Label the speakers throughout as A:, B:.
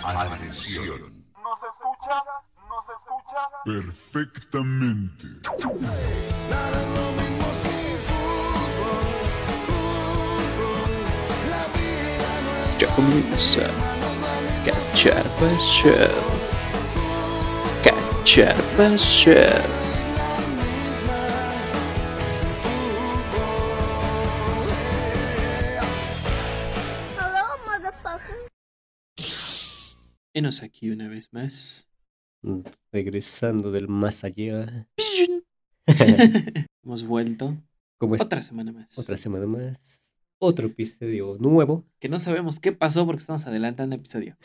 A: Atención.
B: ¿Nos escucha? ¿Nos escucha?
C: Perfectamente.
D: Nada es lo mismo sin fútbol, fútbol. La vida no es
E: Ya comienza Cacharpa Show. Cacharpa Show.
D: la misma. Fútbol.
E: Enos aquí una vez más.
F: Mm, Regresando del más allá.
E: Hemos vuelto
F: ¿Cómo es?
E: otra semana más.
F: Pues, Otra semana más. Otro episodio nuevo.
E: Que no sabemos qué pasó porque estamos adelantando episodio.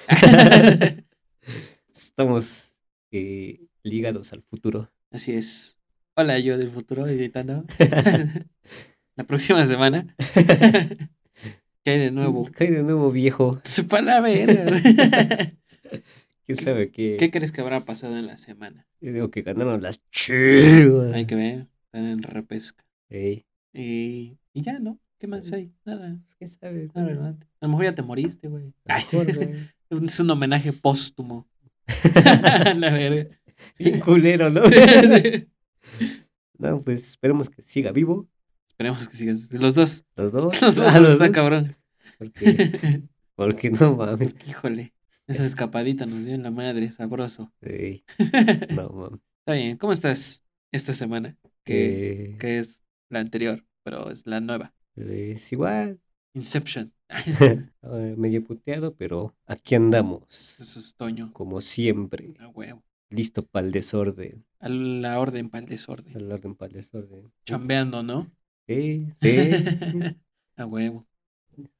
F: Estamos eh, ligados al futuro.
E: Así es. Hola, yo del futuro editando. La próxima semana. ¿Qué hay de nuevo?
F: Cae Mm, de nuevo viejo.
E: Sepa la verga.
F: ¿Quién sabe qué?
E: ¿Qué crees que habrá pasado en la semana?
F: Yo Digo que ganaron las chivas.
E: Hay que ver. Están en repesca.
F: Ey,
E: Y, y ya, ¿no? ¿Qué más hay? Nada.
F: pues, ¿Quién sabe?
E: nada relevante. A lo mejor ya te moriste, Ah, güey.
F: A lo mejor, güey.
E: Es un homenaje póstumo. la verga.
F: Bien culero, ¿no?
E: Esperemos
F: no, pues esperemos que siga vivo.
E: que sigas. Los dos.
F: Los dos.
E: Los dos.
F: Ah, los
E: está
F: dos,
E: cabrón.
F: Porque, porque no mames.
E: Híjole. Esa escapadita nos dio en la madre, sabroso.
F: Ey,
E: Está
F: no mames.
E: bien. ¿Cómo estás esta semana? Que,
F: Que,
E: que es la anterior, pero es la nueva.
F: es pues, igual.
E: Inception.
F: Eh, medio puteado, pero aquí andamos.
E: Eso es Toño.
F: Como siempre.
E: A huevo.
F: Listo para el desorden.
E: A la orden para el desorden.
F: Al orden para el desorden.
E: Chambeando, ¿no?
F: Sí, sí.
E: A huevo.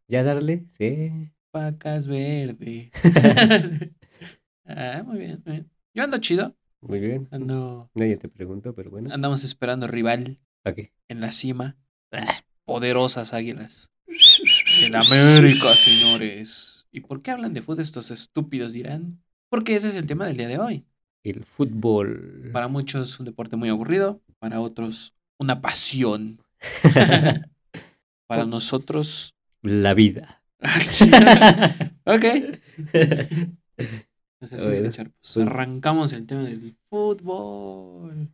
F: ¿Ya darle? Sí.
E: Pacas verdes. ah, muy bien, muy bien. Yo ando chido.
F: Muy bien.
E: Ah, Ando,
F: Nadie te preguntó, pero bueno.
E: andamos esperando rival
F: Aquí.
E: en la cima.
F: Ah.
E: Las poderosas águilas. En América, señores. ¿Y por qué hablan de fútbol estos estúpidos, dirán? Porque ese es el tema del día de hoy.
F: El fútbol.
E: Para muchos un deporte muy aburrido, para otros una pasión. para nosotros...
F: La vida.
E: ok. Entonces,
F: A ver,
E: sin escuchar, pues,
F: pues-
E: arrancamos el tema del fútbol.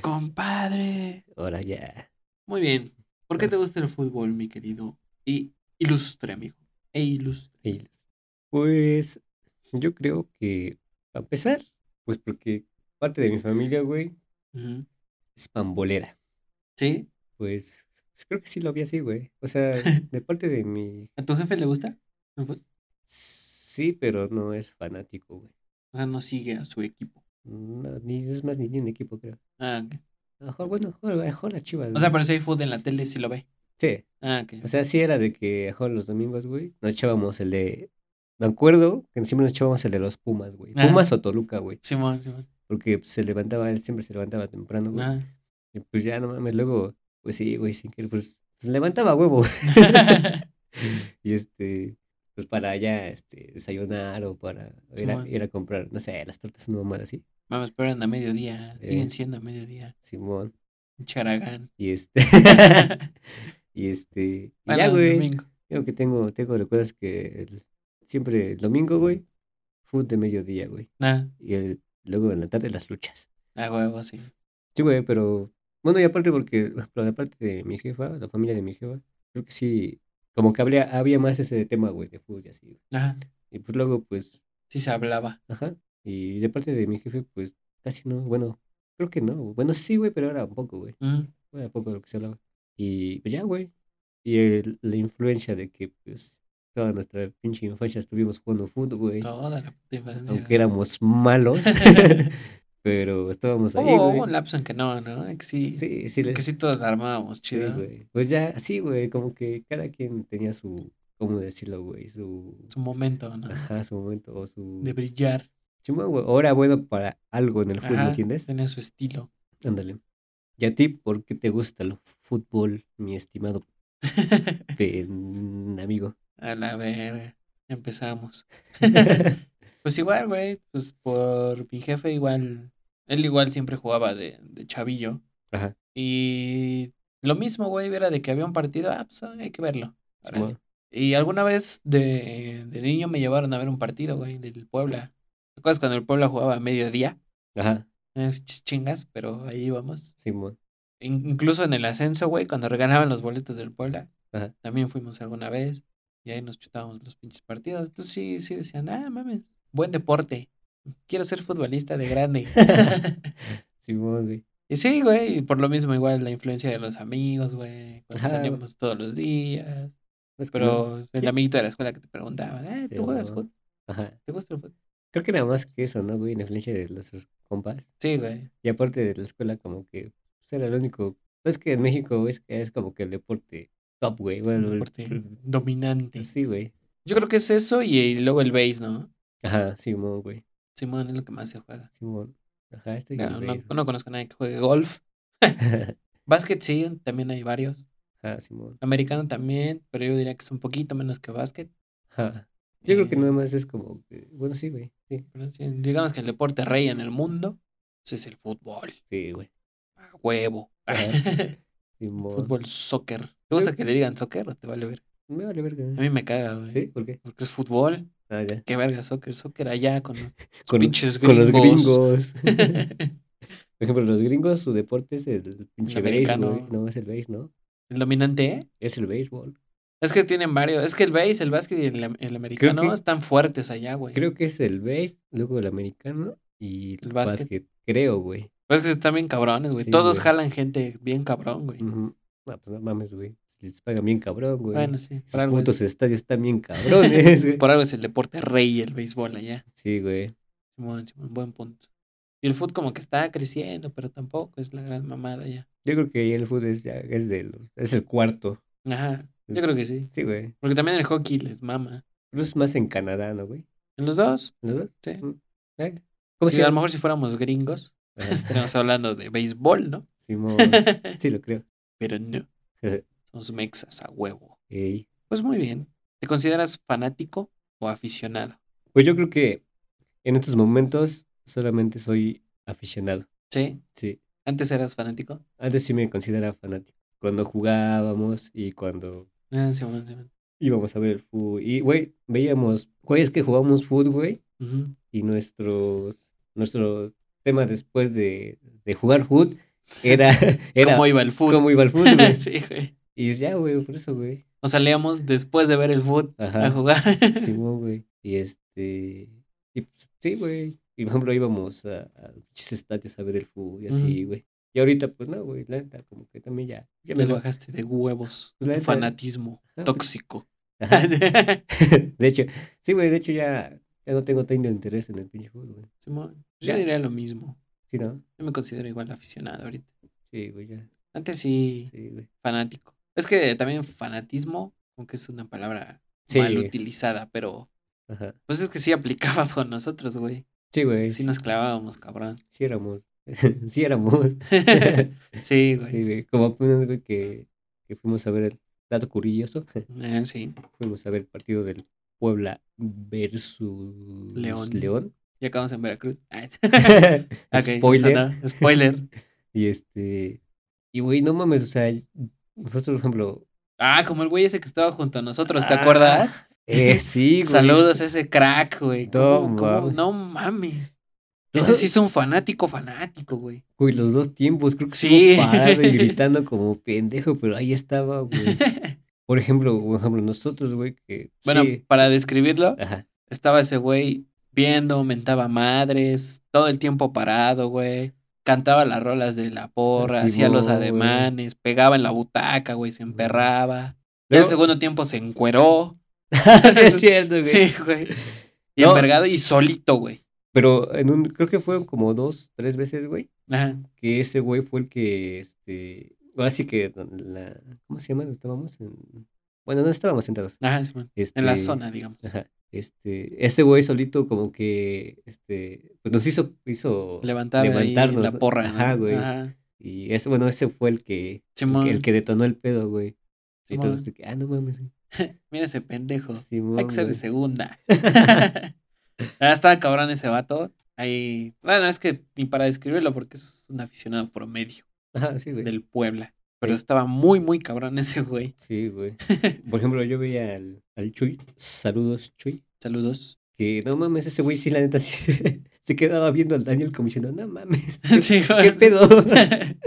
E: Compadre.
F: Ahora ya.
E: Muy bien. ¿Por qué te gusta el fútbol, mi querido? Y ilustre, amigo. E ilustre.
F: Ey, Pues yo creo que, a pesar, pues porque parte de mi familia, güey,
E: Ujú.
F: es pambolera.
E: ¿Sí?
F: Pues, pues creo que sí lo vi así, güey. O sea, de parte de mi...
E: ¿A tu jefe le gusta? el fut-
F: Sí, pero no es fanático, güey.
E: O sea, no sigue a su equipo.
F: No, ni, es más, ni tiene equipo, creo.
E: Ah, ok.
F: A lo Mejor, bueno, a lo mejor, a lo mejor a Chivas.
E: O sea,
F: güey.
E: pero si hay fútbol en la tele, sí lo ve.
F: Sí,
E: Ah, ok.
F: o sea, Pues sí era de que a lo mejor los domingos, güey, nos echábamos el de... Me acuerdo que siempre nos echábamos el de los Pumas, güey.
E: Ajá.
F: Pumas o Toluca, güey.
E: Simón, Simón.
F: Porque pues, se levantaba, él siempre se levantaba temprano, güey.
E: Ah.
F: Y pues ya, no mames, luego, pues sí, güey, sin querer, pues, pues levantaba huevo. y este, pues para allá, este, desayunar o para ir a,
E: Simón.
F: ir a comprar, no sé, las tortas no mamada así,
E: Vamos, pero eran a mediodía.
F: Eh.
E: Siguen siendo a mediodía.
F: Simón,
E: Un charagán.
F: y este, y este, y
E: Bueno,
F: ya,
E: el
F: güey,
E: domingo.
F: creo que tengo, tengo recuerdos que el- siempre el domingo, güey, fútbol de mediodía, güey,
E: Ah,
F: y el- luego en la tarde las luchas.
E: a huevo, sí.
F: Sí, güey, pero, bueno, y aparte porque, pero aparte de mi jefa, la familia de mi jefa, creo que sí, como que habría, había más ese tema, güey, de fútbol y así, güey.
E: Ajá.
F: Y pues luego, pues,
E: Sí se hablaba.
F: Ajá. Y de parte de mi jefe, pues casi no. Bueno, creo que no. Bueno, sí, güey, pero era un poco, güey.
E: Ujú.
F: Era poco lo que se hablaba. Y pues ya, güey. Y el- la influencia de que, pues, toda nuestra pinche infancia estuvimos jugando fútbol, güey.
E: Toda la puta infancia.
F: Aunque éramos malos, pero estábamos ahí,
E: Hubo hubo
F: güey.
E: un lapso en que no, ¿no? Que sí,
F: Sí, sí, les...
E: que sí todos la armábamos,
F: sí,
E: chido.
F: güey. Pues ya, así, güey, como que cada quien tenía su, ¿cómo decirlo, güey? Su,
E: Su momento, ¿no?
F: ajá, su momento o su...
E: De brillar.
F: Chimón, güey. Ahora bueno para algo en el fútbol,
E: Ajá,
F: ¿entiendes?
E: Tenía su estilo.
F: Ándale. ¿Y a ti por qué te gusta el fútbol, mi estimado pen- amigo?
E: A la verga. Empezamos. pues igual, güey. Pues por mi jefe, igual. Él igual siempre jugaba de, de chavillo.
F: Ajá.
E: Y lo mismo, güey, era de que había un partido. Ah, pues hay que verlo. Órale.
F: Simón.
E: Y alguna vez de, de niño me llevaron a ver un partido, güey, del Puebla. ¿Te acuerdas cuando el Puebla jugaba a mediodía?
F: Ajá,
E: Eh, ch- Chingas, pero ahí íbamos.
F: Simón.
E: In- incluso en el ascenso, güey, cuando regalaban los boletos del Puebla,
F: Ajá.
E: también fuimos alguna vez y ahí nos chutábamos los pinches partidos. Entonces sí, sí decían, ah, mames, buen deporte. Quiero ser futbolista de grande.
F: Simón, güey.
E: Y sí, güey, y por lo mismo igual la influencia de los amigos, güey, cuando
F: Ajá, güey.
E: salíamos todos los días.
F: Más Pues que nada.
E: Pero el amiguito de la escuela que te preguntaba, eh,
F: Sí,
E: ¿tú juegas
F: no.
E: fútbol?
F: Ajá.
E: ¿Te gusta el fútbol?
F: Creo que nada más que eso, ¿no, güey? La influencia de los compas.
E: Sí, güey.
F: Y aparte de la escuela, como que pues, era lo único. Es que en México güey, es, que es como que el deporte top, güey. Bueno,
E: un
F: el-
E: deporte dominante.
F: Sí, güey.
E: Yo creo que es eso y, y luego el base, ¿no?
F: Ajá, Simón, güey.
E: Simón es lo que más se juega.
F: Simón. Ajá, estoy
E: No, no, no conozco a nadie que juegue golf. Básquet sí, también hay varios.
F: Ajá, Simón.
E: Americano también, pero yo diría que es un poquito menos que básquet.
F: Ajá. Yo creo que
E: Eh,
F: nada más es como. que- Bueno, sí, güey. Sí,
E: pero sí, digamos que el deporte rey en el mundo pues, es el fútbol.
F: sí, güey.
E: A huevo.
F: Ajá. Simón.
E: fútbol, soccer. ¿Te gusta que le digan soccer o te vale ver?
F: Me vale verga. ¿eh?
E: A mí me caga, güey.
F: ¿Sí? ¿Por qué?
E: Porque es fútbol.
F: Ah, ya.
E: Qué verga, soccer. Soccer allá con los
F: Con,
E: pinches
F: con los gringos.
E: gringos.
F: Por ejemplo, los gringos, su deporte es el pinche béisbol.
E: americano.
F: güey. No, es el béis, ¿no?
E: el dominante, ¿eh?
F: Es el béisbol.
E: Es que tienen varios. Es que el base, el básquet y el, am- el americano
F: que-
E: están fuertes allá, güey.
F: Creo que es el béis, luego el americano y el
E: El básquet.
F: básquet. Creo, güey.
E: Pues que están bien cabrones, güey.
F: Sí,
E: Todos
F: güey.
E: jalan gente bien cabrón, güey.
F: Ujú. Ah, pues no mames, güey. Les pagan bien cabrón, güey.
E: Bueno, sí. pues. Por
F: Sus
E: algo,
F: putos
E: es,
F: estadios están bien cabrones, güey.
E: por algo es el deporte rey el béisbol allá.
F: Sí, güey.
E: Simón, Simón, buen punto. Y el fútbol como que está creciendo, pero tampoco es la gran mamada allá.
F: Yo creo que ahí el fútbol es, ya- es, de los- es el cuarto.
E: Ajá. Yo creo que sí.
F: Sí, güey.
E: Porque también el hockey les mama.
F: Pero es más en Canadá, ¿no, güey?
E: En los dos,
F: ¿Los dos?
E: sí.
F: ¿Eh? ¿Cómo
E: Mm, Sí,
F: se
E: a lo
F: llama?
E: mejor si fuéramos gringos,
F: Ajá.
E: estaríamos hablando de béisbol, ¿no?
F: Simón. Sí, lo creo.
E: Pero no. Somos mexas a huevo.
F: Ey.
E: Pues muy bien. ¿Te consideras fanático o aficionado?
F: Pues yo creo que en estos momentos solamente soy aficionado.
E: Sí.
F: Sí.
E: ¿Antes eras fanático?
F: Antes sí me consideraba fanático. Cuando jugábamos y cuando
E: Ah, Simón, Simón.
F: íbamos a ver el fútbol. Y, güey, veíamos jueves que jugábamos fútbol, güey.
E: Ujú.
F: Y nuestros, nuestro tema después de, de jugar fútbol era, era
E: ¿Cómo iba el fútbol?
F: cómo iba el fútbol, güey.
E: sí, güey.
F: Y ya, güey, por eso, güey.
E: Nos salíamos después de ver el fútbol a
F: Ajá.
E: jugar.
F: Simón, güey. Y este. y, pues, sí, güey. Y por ejemplo, íbamos a, a pinches estadios a ver el fútbol y así,
E: Ujú.
F: güey. Y ahorita, pues no, güey, la neta, como que también ya. Ya
E: Me
F: lo-
E: lo bajaste de huevos.
F: Pues la
E: tu
F: neta-
E: fanatismo
F: pues-
E: tóxico.
F: Ajá. De hecho, sí, güey, de hecho ya, ya no tengo tanto interés en el pinche fútbol, güey.
E: Simón,
F: Ya.
E: yo diría lo mismo.
F: Sí, ¿no?
E: Yo me considero igual aficionado ahorita.
F: Sí, güey, ya.
E: Antes sí,
F: Sí, güey.
E: fanático. Es que también fanatismo, aunque es una palabra
F: Sí.
E: mal utilizada, pero
F: Ajá.
E: pues es que sí aplicaba con nosotros, güey.
F: Sí, güey.
E: Sí
F: Sí,
E: nos clavábamos, cabrón.
F: sí éramos. sí éramos.
E: sí,
F: Sí,
E: güey.
F: güey. Como apenas, güey, que, que fuimos a ver el dato curioso.
E: Eh, sí.
F: fuimos a ver el partido del Puebla versus
E: León.
F: León.
E: Ya acabamos en Veracruz. Ah, ok, esa
F: Spoiler.
E: no, Spoiler.
F: Y este. Y güey, no mames, o sea, nosotros, por ejemplo.
E: Ah, como el güey ese que estaba junto a nosotros, ¿te
F: Ah,
E: acuerdas?
F: Eh, sí, güey.
E: Saludos a ese crack, güey.
F: No
E: ¿Cómo- cómo?
F: mames.
E: No mames.
F: No,
E: Ese sí es un fanático, fanático, güey.
F: Güey, los dos tiempos, creo que
E: Sí.
F: sí. parado y gritando como pendejo, pero ahí estaba, güey. Por ejemplo, por ejemplo, nosotros, güey, que.
E: Bueno,
F: sí,
E: para describirlo,
F: Ajá.
E: estaba ese güey viendo, mentaba madres, todo el tiempo parado, güey. Cantaba las rolas de la porra,
F: Sí,
E: hacía los
F: güey.
E: ademanes, pegaba en la butaca, güey, se emperraba. Ya
F: Luego-
E: el segundo tiempo se encueró.
F: sí, es cierto, güey.
E: Sí, güey. Y
F: No.
E: envergado y solito, güey.
F: Pero en un, creo que fueron como dos, tres veces, güey.
E: Ajá.
F: que ese güey fue el que, este, ahora sí que, la, ¿cómo se llama? Estábamos en, bueno, no estábamos sentados.
E: Ajá, sí, man.
F: Este,
E: En la zona, digamos.
F: Ajá, este, ese güey solito como que, este, pues nos hizo, hizo,
E: Levantar ahí
F: Levantarnos,
E: la
F: ¿no?
E: porra. ¿no?
F: Ajá, güey.
E: Ajá.
F: y ese, bueno, ese fue el que,
E: Simón,
F: el que detonó el pedo, güey. Y
E: Simón.
F: todos de que, ah, no mames, güey.
E: mira ese pendejo.
F: Simón,
E: Hay que ser de
F: güey.
E: segunda. ah, estaba cabrón ese vato. Ahí. Bueno, es que ni para describirlo porque es un aficionado promedio
F: Ajá, sí, güey.
E: del Puebla. Pero pero estaba muy, muy cabrón ese güey.
F: Sí, güey. Por ejemplo, yo veía al, al Chuy. Saludos, Chuy.
E: Saludos.
F: Que no mames, ese güey sí, la neta, sí, se quedaba viendo al Daniel como diciendo, no mames,
E: Sí,
F: ¿qué
E: güey.
F: pedo?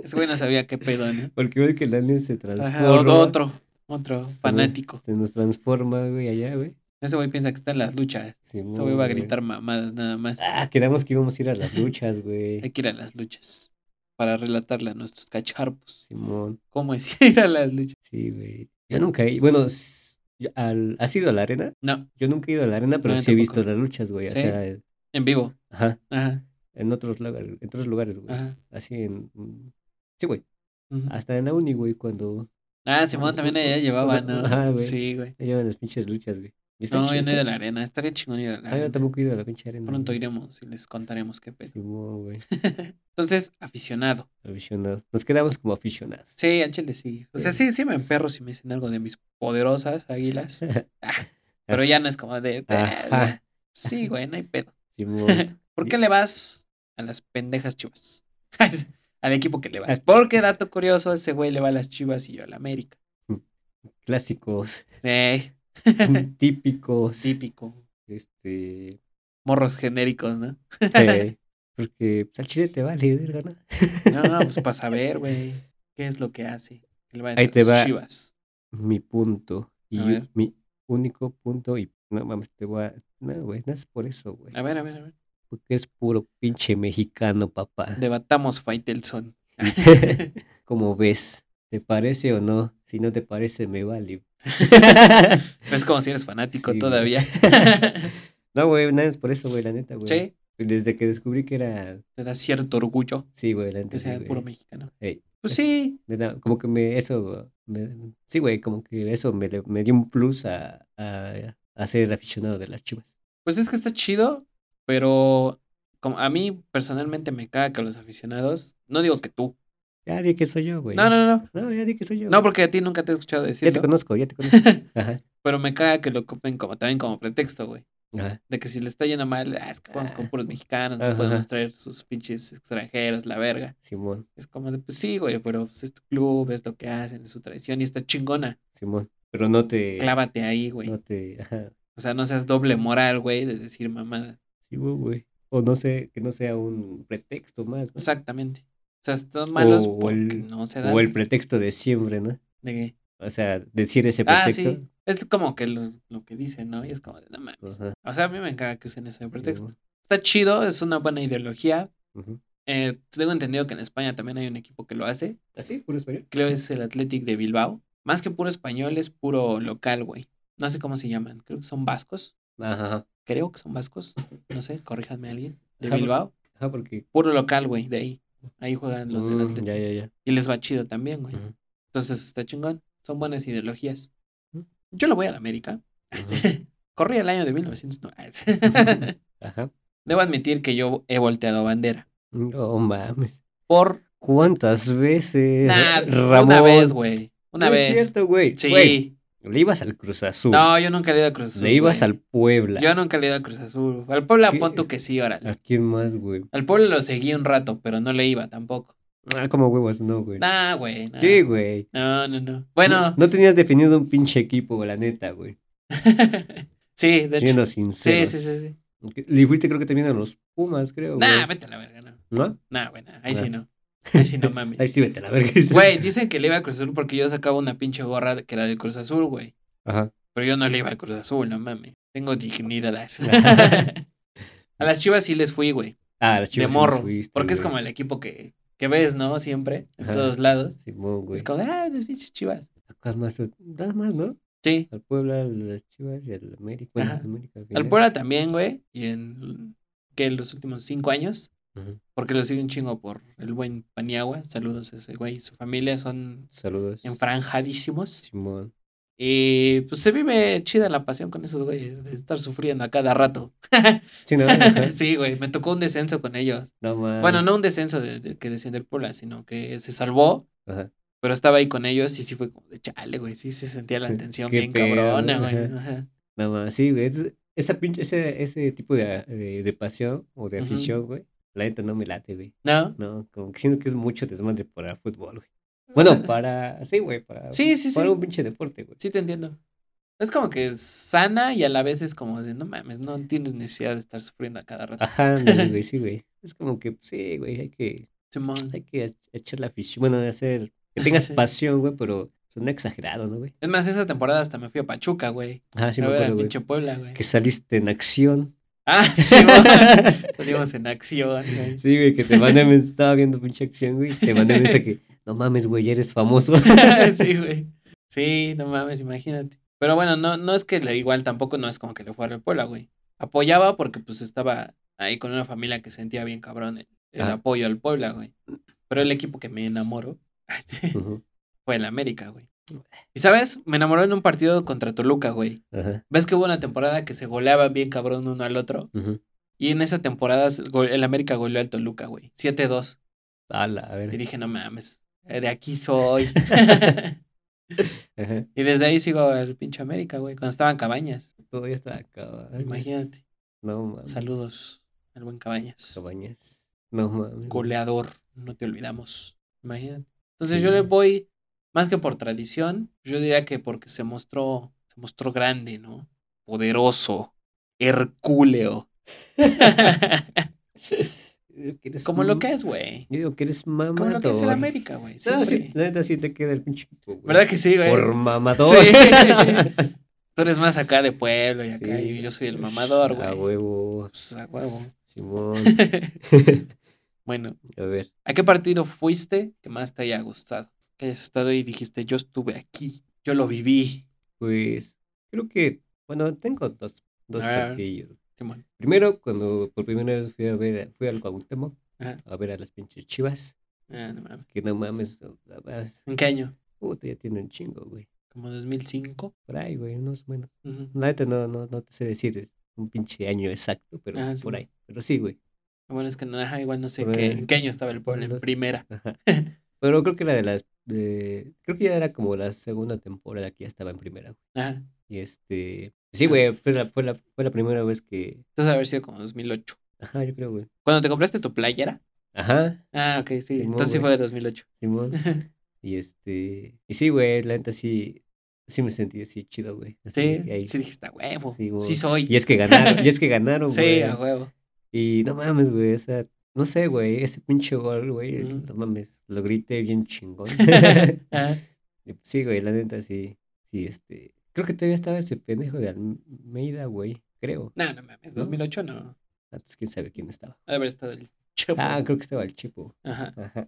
E: Ese güey no sabía qué pedo, ¿no?
F: Porque ve que el Daniel se
E: Ajá,
F: transforma.
E: otro, otro
F: se-
E: fanático.
F: Se nos transforma, güey, allá, güey.
E: Ese güey piensa que está en las luchas. Ese
F: Simón,
E: güey va a
F: güey.
E: gritar mamadas nada más.
F: Ah, quedamos que íbamos a ir a las luchas,
E: Hay
F: güey.
E: que ir a las luchas para relatarle a nuestros cacharpos
F: Simón,
E: cómo es ir a las luchas.
F: sí, güey. Yo nunca he Bueno, s- yo- al, ¿has ido a la arena?
E: No,
F: Yo nunca he ido a la arena, pero
E: No, yo
F: sí he
E: tampoco.
F: visto las luchas, güey.
E: ¿Sí?
F: O sea, eh,
E: en vivo.
F: ajá,
E: Ajá,
F: en otros, lugar- en otros lugares, güey.
E: ajá.
F: Así en... mm, Sí, güey.
E: ujú.
F: Hasta en la uni, güey, cuando
E: Ah, Simón también allá llevaba, ¿no?
F: Ajá, ah, güey.
E: Sí, güey.
F: me llevan las pinches luchas, güey. Y está
E: No,
F: chido,
E: yo no he ido a
F: está-
E: la arena. Estaría chingón ir a la
F: Ah, yo
E: arena.
F: tampoco he ido a la pinche arena.
E: Pronto
F: güey.
E: iremos y les contaremos qué pedo.
F: Simón, güey.
E: Entonces, aficionado.
F: Aficionados. Nos quedamos como aficionados.
E: Sí, al chile sí. O sea,
F: Sí.
E: sí, sí me emperro si me dicen algo de mis poderosas águilas. Ah, pero ya no es como de. de-
F: Ajá.
E: Sí, güey, no hay pedo.
F: Simón.
E: ¿Por qué le vas a las pendejas chivas? al equipo que le vas. Porque, dato curioso, ese güey le va a las chivas y yo a la América.
F: Clásicos.
E: Eh,
F: típicos.
E: típico.
F: Este.
E: Morros genéricos, ¿no?
F: eh, porque pues, al chile te vale, verga, ¿no?
E: No, pues para saber, güey, qué es lo que hace. Que le va a
F: Ahí
E: decir
F: te
E: a las
F: va.
E: chivas.
F: Mi punto. Y
E: A ver.
F: mi único punto. Y no mames, te voy a. No, güey, no es por eso, güey.
E: A ver, a ver, a ver.
F: Porque es puro pinche mexicano, papá.
E: Debatamos Faitelson.
F: Como ves, ¿te parece o no? Si no te parece, me vale.
E: No es como si eres fanático
F: Sí, güey.
E: todavía.
F: no, güey, nada es por eso, güey, la neta, güey.
E: sí,
F: Desde que descubrí que era.
E: te da cierto orgullo
F: Sí, güey, la neta.
E: que
F: sí,
E: sea
F: güey.
E: puro mexicano.
F: Ey,
E: Pues sí,
F: me da- como que me. Eso. me- sí, güey, como que eso me, le- me dio un plus a, a, a ser aficionado de las chivas.
E: pues es que está chido, pero como a mí personalmente me caga que los aficionados, no digo que tú.
F: Ya di que soy yo, güey.
E: No, no, no.
F: No, ya di que soy yo.
E: No,
F: güey.
E: porque a ti nunca te he escuchado
F: Ya te
E: decirlo.
F: conozco, ya te conozco. Ajá.
E: Pero me caga que lo ocupen como también como pretexto, güey.
F: Ajá.
E: De que si le está yendo mal, ah, es que jugamos con
F: Ah.
E: puros mexicanos, no
F: Ajá.
E: podemos traer sus pinches extranjeros, la verga.
F: Simón,
E: Es como de, pues sí, güey, pero pues, es tu club, es lo que hacen, es su tradición y está chingona.
F: Simón. Pero no te.
E: Clávate ahí, güey.
F: No te. Ajá.
E: O sea, no seas doble moral, güey, de decir mamada.
F: Sí, güey, güey. O no sé, que no sea un pretexto más. ¿no?
E: Exactamente. O sea, están malos
F: O
E: porque
F: el-
E: no se dan.
F: O el pretexto de siempre, ¿no?
E: ¿De qué?
F: O sea, decir ese
E: Ah,
F: pretexto. Ah.
E: sí. Es como que lo, lo que dicen, ¿no? Y es como de, no mames.
F: Ajá,
E: O sea, a mí me encanta que usen eso de pretexto.
F: güey.
E: Está chido, es una buena ideología.
F: ujú.
E: Eh, tengo entendido que en España también hay un equipo que lo hace.
F: ¿Ah, sí? ¿Puro español?
E: Creo es el Athletic de Bilbao. Más que puro español, es puro local, güey. No sé cómo se llaman. Creo que son vascos.
F: Ajá, ajá.
E: Creo que son vascos. No sé, corríjanme a alguien. De
F: Ajá, porque-
E: Bilbao.
F: Ajá, porque...
E: Puro local, güey, de ahí. Ahí juegan los del
F: Mm,
E: Athletic.
F: ya, ya, ya.
E: Y les va chido también, güey.
F: Ujú.
E: Entonces está chingón. Son buenas ideologías.
F: Ujú.
E: Yo lo voy a la América.
F: Ujú.
E: Corrí el año de 1909.
F: Ujú. Ajá.
E: Debo admitir que yo he volteado bandera.
F: No mames.
E: Por
F: ¿Cuántas veces?
E: nah,
F: Ramón?
E: una vez, güey. Una
F: No
E: vez.
F: Es cierto, güey.
E: Sí.
F: Güey, le ibas al Cruz Azul.
E: No, yo nunca le he ido a Cruz Azul.
F: Le ibas
E: güey.
F: al Puebla.
E: Yo nunca le he ido a Cruz Azul. Al Puebla
F: ¿Qué?
E: pon tú que sí,
F: ¿A
E: órale.
F: quién más, güey?
E: Al Puebla lo seguí un rato, pero no le iba tampoco.
F: Ah, como huevos, no, güey.
E: Nah, güey. nah.
F: Sí, güey.
E: No, no, no. Bueno,
F: No, no tenías definido un pinche equipo, la neta, güey.
E: sí, de hecho.
F: Siendo
E: Sí,
F: sincero.
E: sí, sí, sí.
F: Le fuiste creo que también a los Pumas, creo.
E: Nah,
F: güey.
E: vete a la verga, no.
F: ¿No?
E: Nah, güey, nah, Ahí sí
F: Ah.
E: no. Ahí sí no mames.
F: Ahí sí vete a la verga.
E: Güey, dicen que le iba a Cruz Azul porque yo sacaba una pinche gorra de- que era del Cruz Azul, güey.
F: Ajá.
E: Pero yo no le iba al Cruz Azul, no mames. Tengo dignidad.
F: Ajá.
E: a las chivas sí les fui, güey.
F: Ah, las
E: De
F: chivas sí
E: morro.
F: las fuiste,
E: porque es
F: güey.
E: como el equipo que, que ves, ¿no? Siempre, en
F: Ajá.
E: todos lados.
F: Simón, güey.
E: Es como, ah, las pinches chivas.
F: Sacas más, das más, ¿no?
E: Sí.
F: Al Puebla, a las chivas y al América. Bueno,
E: Ajá.
F: al América.
E: Al
F: final.
E: Puebla también, güey. Y en que los últimos cinco años.
F: Ujú.
E: Porque lo sigue un chingo por el buen Paniagua. Saludos a ese güey. Su familia son
F: Saludos.
E: enfranjadísimos.
F: Simón.
E: Y pues se vive chida la pasión con esos güeyes, de estar sufriendo a cada rato.
F: Sí, no, Ajá. Ah.
E: sí, güey, me tocó un descenso con ellos.
F: no mames.
E: Bueno, no un descenso de, de que desciende el Puebla, sino que se salvó,
F: Ajá.
E: pero estaba ahí con ellos y sí fue como de chale, güey, sí se sentía la
F: Qué-
E: tensión
F: qué
E: bien
F: pedo,
E: cabrona,
F: ¿no?
E: güey.
F: Ajá.
E: ajá.
F: No mames, sí, güey. es- esa pinche, ese, ese tipo de, de, de pasión o de
E: Ujú.
F: afición, güey. La neta no me late, güey.
E: ¿No?
F: No, como que siento que es mucho desmadre para fútbol, güey. Bueno, para. Sí, güey, para.
E: Sí, sí,
F: Para
E: sí.
F: un pinche deporte, güey.
E: Sí, te entiendo. Es como que es sana y a la vez es como de, no mames, no tienes necesidad de estar sufriendo a cada rato.
F: Ajá, ándale, güey, sí, güey. Es como que, sí, güey, hay que,
E: Simón.
F: hay que ech- echar la ficha. Bueno, hacer. Que tengas
E: Sí.
F: pasión, güey, pero son exagerados, ¿no, güey?
E: Es más, esa temporada hasta me fui a Pachuca, güey.
F: Ajá, sí,
E: a
F: me
E: ver
F: acuerdo,
E: al
F: güey.
E: pinche Puebla, güey.
F: Que saliste en acción.
E: Ah, Simón. Salimos en acción, güey.
F: Sí, güey, que te mandé mensaje. Estaba viendo pinche acción, güey. y Te mandé mensaje. No mames, güey, ya eres famoso.
E: sí, güey. Sí, no mames, imagínate. Pero bueno, no, no es que le, igual tampoco no es como que le fuera al Puebla, güey. Apoyaba porque pues estaba ahí con una familia que sentía bien cabrón el, el
F: Ajá.
E: apoyo al Puebla, güey. Pero el equipo que me enamoró
F: Ujú,
E: fue el América, güey. Y sabes, me enamoró en un partido contra Toluca, güey.
F: Ajá.
E: ¿Ves que hubo una temporada que se goleaban bien cabrón uno al otro?
F: ujú.
E: Y en esa temporada se go- el América goleó al Toluca, güey. 7-2.
F: Ala, a
E: Y
F: ver.
E: dije, no mames, eh, de aquí soy.
F: Ajá.
E: Y desde ahí sigo al pinche América, güey, cuando estaban Cabañas.
F: Todavía está acá.
E: Imagínate.
F: No mames.
E: Saludos al buen Cabañas.
F: Cabañas. No mames.
E: Goleador, no te olvidamos. Imagínate. Entonces
F: Sí,
E: yo le
F: güey.
E: voy, más que por tradición, yo diría que porque se mostró, se mostró grande, ¿no? Poderoso, hercúleo.
F: Digo Eh, que eres
E: Como lo
F: mam-
E: que es, güey.
F: Yo digo que eres
E: Como
F: mamador.
E: lo que es el América, güey. Sí,
F: No, sí,
E: güey.
F: la neta sí te queda el pinche equipo, güey.
E: ¿Verdad que sí, güey?
F: Por mamador.
E: Sí. Tú eres más acá de pueblo y acá,
F: Sí. Ah,
E: y yo soy el mamador,
F: A
E: güey.
F: huevo,
E: Pues, a huevo.
F: Simón.
E: Bueno,
F: A ver,
E: ¿a qué partido fuiste que más te haya gustado? Que hayas estado y dijiste, yo estuve aquí, yo lo viví.
F: pues creo que, bueno, tengo dos, dos
E: A ver, a ver.
F: platillos.
E: Simón.
F: Primero, cuando por primera vez fui a ver, fui al Cuauhtémoc
E: Ajá.
F: a ver a las pinches chivas,
E: Ah, no mames.
F: que no mames, no, no mames.
E: ¿En qué año?
F: Puta, ya tiene un chingo, güey.
E: ¿Como 2005?
F: Por ahí, güey, unos buenos.
E: Ujú.
F: La neta no, no, no te sé decir un pinche año exacto, pero
E: Ajá, Ah, sí,
F: por
E: güey.
F: ahí. Pero sí, güey.
E: Bueno, es que no, ajá, igual no sé
F: Por
E: qué,
F: ahí.
E: en qué año estaba el pueblo, en
F: Dos-
E: primera.
F: Ajá. Pero creo que era de las. de- creo que ya era como la segunda temporada que ya estaba en primera. güey.
E: Ajá.
F: Y este. Sí,
E: Ah.
F: güey, fue la, fue, la, fue la primera vez que.
E: Entonces, haber sido como 2008.
F: Ajá, yo creo, güey.
E: ¿Cuándo te compraste tu playera?
F: Ajá,
E: Ah, ok, sí.
F: Simón,
E: Entonces sí
F: güey.
E: fue de 2008.
F: Simón. y este. Y sí, güey, la neta sí. Sí me sentí así chido, güey. Así de que ahí-
E: Sí, sí dijiste, "A huevo,
F: Sí,
E: sí,
F: güey.
E: soy.
F: Y es que ganaron, y es que ganaron,
E: sí,
F: güey.
E: a huevo.
F: Y no mames, güey, o sea, no sé, güey, ese pinche gol, güey,
E: Ujú.
F: no mames, lo grité bien chingón.
E: Ah,
F: Y pues sí, güey, la neta sí, sí, este, creo que todavía estaba ese pendejo de Almeida, güey, creo.
E: no, no mames, 2008 no.
F: Antes quién sabe quién estaba.
E: Ha de haber estado el chepo.
F: Ah, creo que estaba el Chipo.
E: Ajá.
F: Ajá.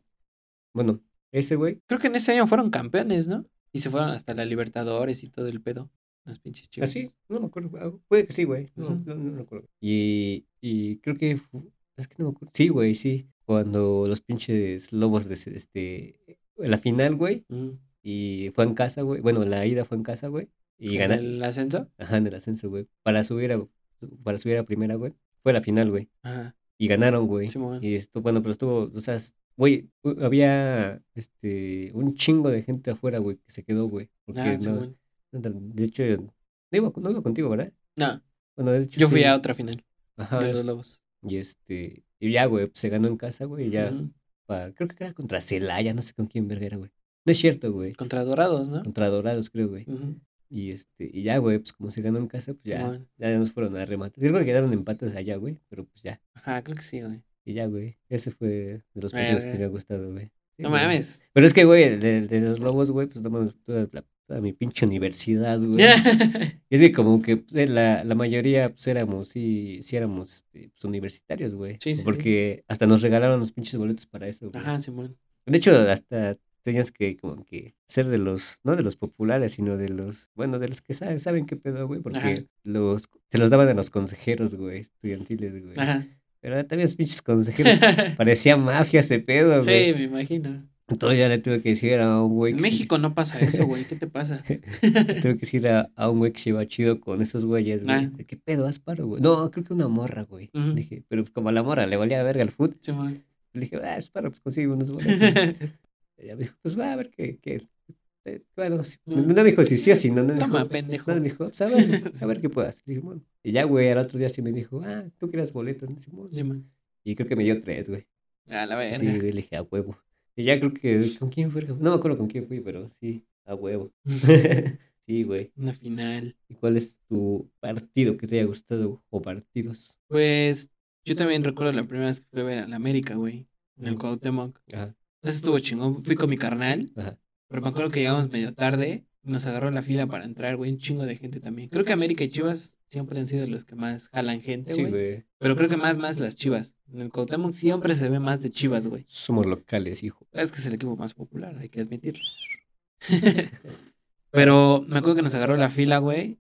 F: Bueno, ese güey,
E: Creo que en ese año fueron campeones, ¿no? Y se fueron hasta la Libertadores y todo el pedo. Los pinches chivas.
F: así, ¿Ah, no me acuerdo, ah, puede que sí, güey, no,
E: Ujú.
F: no, no me acuerdo. Y, y creo que, fu- es que no me acuerdo, sí, güey, sí, cuando los pinches lobos de, ese- este, la final, güey.
E: Ujú.
F: y fue en casa, güey. Bueno, la ida fue en casa, güey. Y
E: ¿En
F: ganar,
E: el ascenso?
F: ajá, en el ascenso, güey. Para subir a, para subir a primera, güey. Fue la final, güey.
E: Ajá.
F: Y ganaron, güey.
E: Simón. Ah,
F: y estuvo, bueno, pero estuvo, o sea, es- güey, hu- había, este, un chingo de gente afuera, güey, que se quedó, güey. Porque
E: Ah,
F: no,
E: Simón.
F: no te- de hecho, no iba, no iba contigo, ¿verdad?
E: No,
F: Bueno, de hecho,
E: yo fui
F: sí.
E: a otra final
F: Ajá,
E: de los Lobos.
F: y este, y ya, güey, se ganó en casa, güey, y ya,
E: Ujú.
F: pa- creo que era contra Celaya, no sé con quién verga era, güey. No es cierto, güey,
E: Contra Dorados, ¿no?
F: contra Dorados, creo, güey.
E: Ujú.
F: Y este, y ya, güey, pues como se ganó en casa, pues ya,
E: Simón.
F: ya nos fueron a rematar. Yo creo que quedaron empates allá, güey, pero pues ya,
E: Ajá, creo que sí, güey.
F: y ya, güey. Ese fue de los partidos que
E: Verga.
F: me ha gustado, güey. Sí,
E: No
F: güey.
E: mames.
F: Pero es que, güey, el de, el de los lobos, güey, pues no mames, toda, la- toda mi pinche universidad, güey. Y es que como que pues, la, la mayoría, pues éramos, sí, sí éramos este, pues, universitarios, güey.
E: Sí, sí, sí.
F: Porque hasta nos regalaron los pinches boletos para eso, güey.
E: Ajá, Simón.
F: De hecho, hasta tenías que como que ser de los, no de los populares, sino de los, bueno, de los que saben, saben qué pedo, güey, porque
E: Ajá.
F: los se los daban a los consejeros, güey, estudiantiles, güey.
E: Ajá.
F: Pero también los pinches consejeros parecía mafia ese pedo,
E: sí,
F: Ah, güey.
E: me imagino.
F: Entonces ya le tuve que decir a un güey
E: En
F: que sí-
E: México no pasa eso, güey. ¿Qué te pasa?
F: tuve que decir a, a un güey que se iba chido con esos güeyes, güey.
E: Ah.
F: de, ¿Qué pedo, Asparo, güey? No, creo que una morra, güey.
E: Ujú.
F: Dije, pero pues como a la morra le valía verga el foot,
E: Simón.
F: le dije, ah, Asparo, pues consigue unos boletos.
E: Toma,
F: Ella me dijo, pues va a ver qué. qué- eh, bueno, si-
E: Ah.
F: no me dijo si sí o si no. no dijo, pues,
E: pendejo.
F: No, me dijo, pues a ver, a ver qué puedas. Le dije, bueno. Y ya, güey, al otro día sí me dijo, ah, tú quieras boletos. ¿no? Simón.
E: Simón.
F: Y creo que me dio tres, güey.
E: A la verga.
F: Sí, güey, le dije, a huevo. Y ya creo que. ¿Con quién fue? No me acuerdo con quién fui, pero sí, a huevo. sí, güey.
E: Una final.
F: ¿Y cuál es tu partido que te haya gustado? O partidos.
E: Pues yo también recuerdo la primera vez que fui a ver a la América, güey. En el Cuauhtémoc.
F: Ajá.
E: Entonces estuvo chingón. Fui con mi carnal.
F: Ajá.
E: Pero me acuerdo que llegamos medio tarde. y Nos agarró la fila para entrar, güey. Un chingo de gente también. Creo que América y Chivas siempre han sido los que más jalan gente,
F: Sí,
E: güey.
F: güey.
E: pero creo que más, más las Chivas. En el Cuauhtémoc siempre se ve más de Chivas, güey.
F: Somos locales, hijo.
E: Es que es el equipo más popular, hay que admitirlo. Pero me acuerdo que nos agarró la fila, güey,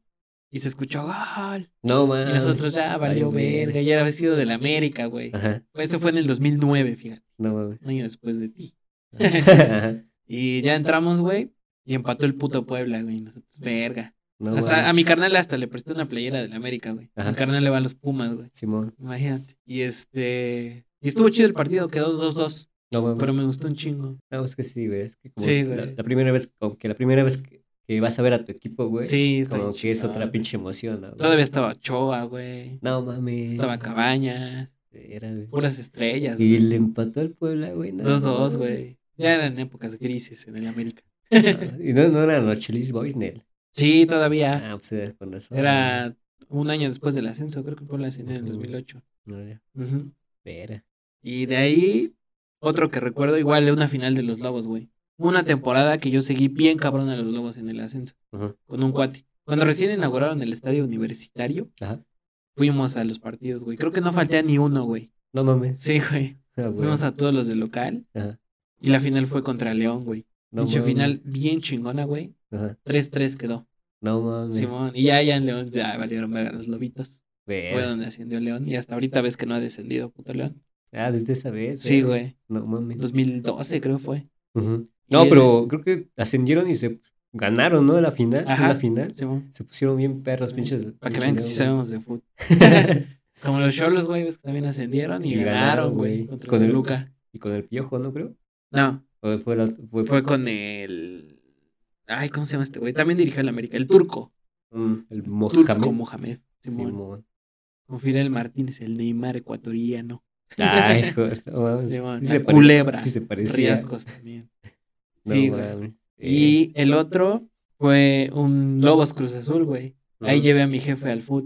E: y se escuchó gol.
F: No, man.
E: Y nosotros ya valió
F: valió
E: verga, ya había sido del América, güey.
F: Ajá.
E: Eso fue en el 2009, fíjate,
F: No mames.
E: un año después de ti.
F: Ajá.
E: Y ya entramos, güey, y empató el puto Puebla, güey. Nosotros, verga.
F: No,
E: Hasta, a
F: mames.
E: mi carnal hasta le presté una playera del América, güey.
F: Ah, Ajá.
E: Mi carnal le va a los Pumas, güey.
F: Simón.
E: Imagínate. Y este. Y estuvo chido el partido, quedó 2-2.
F: No mames.
E: Pero me gustó un chingo.
F: No, es que sí, güey. Es que como
E: Sí,
F: la,
E: güey.
F: la primera vez, como que la primera vez que, que vas a ver a tu equipo, güey.
E: Sí, está
F: Como
E: bien
F: que es
E: chingón,
F: otra
E: güey.
F: pinche emoción, ¿no? güey?
E: Todavía estaba Choa, güey.
F: No mames.
E: Estaba Cabañas.
F: Era, güey.
E: Puras estrellas.
F: Y
E: güey.
F: le empató al Puebla, güey. no
E: 2-2,
F: mames.
E: güey. Ya eran épocas grises en el América.
F: Ah, Y no, no eran los Chelis Boys, Nel.
E: Sí, todavía.
F: Ah, pues era con razón.
E: Era un año después del ascenso. Creo que fue el ascenso en el 2008.
F: No era.
E: Ujú.
F: Vera.
E: Y de ahí, otro que recuerdo, igual de una final de los Lobos, güey. Una temporada que yo seguí bien cabrón a los Lobos en el ascenso.
F: Ajá.
E: Con un cuate. Cuando recién inauguraron el estadio universitario,
F: Ajá.
E: fuimos a los partidos, güey. Creo que no falté a ni uno, güey.
F: No mames.
E: Sí, güey.
F: Ah, güey.
E: Fuimos a todos los de local.
F: Ajá.
E: Y la final fue contra León, güey.
F: No
E: Pinche
F: mames.
E: final bien chingona, güey.
F: Ajá.
E: 3-3 quedó.
F: No mames.
E: Simón. Y ya, ya en León ya valieron ver a los lobitos.
F: Vera.
E: Fue donde ascendió León. Y hasta ahorita ves que no ha descendido, puto León.
F: Ah, desde esa vez.
E: Sí,
F: vera.
E: güey.
F: No mames.
E: 2012 creo fue.
F: Ujú.
E: Y
F: No,
E: el-
F: pero creo que ascendieron y se ganaron, ¿no? La final.
E: Ajá.
F: La final.
E: Simón.
F: Se pusieron bien perros, pinches.
E: Para que
F: pinches
E: vean que sí
F: León,
E: sabemos de fútbol.
F: güey.
E: Como los Cholos, güey, ves que también ascendieron y,
F: Y ganaron,
E: ganaron, güey.
F: güey.
E: Contra
F: Con el-
E: Toluca.
F: y con el piojo, ¿no? Creo.
E: No,
F: O fue la- fue-
E: fue con el. Ay, ¿cómo se llama este güey? También dirigió el América. El turco.
F: Mm, el
E: Turco
F: Mohamed.
E: Mohamed. Simón.
F: Simón.
E: Con Fidel Martínez, el Neymar ecuatoriano.
F: Ay, hijo, no mames.
E: Simón.
F: Sí se
E: La
F: pare-
E: culebra.
F: Sí se parecía.
E: Riascos también.
F: No
E: sí, güey.
F: mames. Eh,
E: Y el otro fue un Lobos Cruz Azul, güey. Ahí
F: mm.
E: llevé a mi jefe al foot,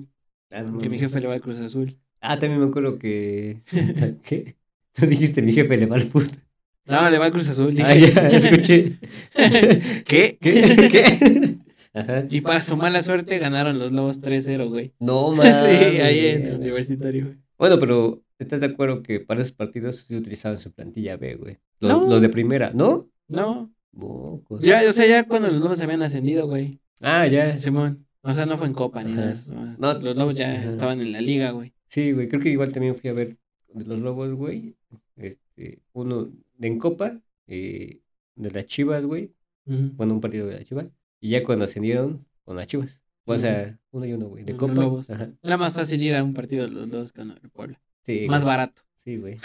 F: Ah, no
E: que mi
F: mames.
E: jefe le va al Cruz Azul.
F: Ah, también me acuerdo que. ¿Qué? Tú dijiste mi jefe le va al puto.
E: No, le va al Cruz Azul.
F: Ah,
E: dije.
F: ya, escuché.
E: ¿Qué?
F: ¿Qué? ¿Qué? Ajá.
E: Y para su mala suerte ganaron los Lobos 3-0, güey.
F: No
E: Sí,
F: mames.
E: ahí en el universitario, güey.
F: Bueno, pero ¿estás de acuerdo que para esos partidos se utilizaban su plantilla B, güey? Los,
E: No.
F: los de primera, ¿no?
E: No,
F: Bocos.
E: ya, o sea, ya cuando los Lobos habían ascendido, güey.
F: Ah, ya.
E: Simón. O sea, no fue en Copa ni
F: Ajá.
E: nada. de eso, más.
F: No.
E: los Lobos ya
F: Ajá.
E: estaban en la liga, güey.
F: Sí, güey, creo que igual también fui a ver de los Lobos, güey. Este, uno de en Copa, eh, de las Chivas, güey.
E: Ujú.
F: Bueno, un partido de las Chivas. Y ya cuando ascendieron, con las Chivas. O
E: Ujú.
F: sea, uno y uno, güey. De
E: Los
F: Copa.
E: Lobos.
F: Ajá.
E: Era más fácil ir a un partido de los Lobos que a uno del Puebla.
F: Sí,
E: Más
F: güey.
E: barato.
F: Sí, güey.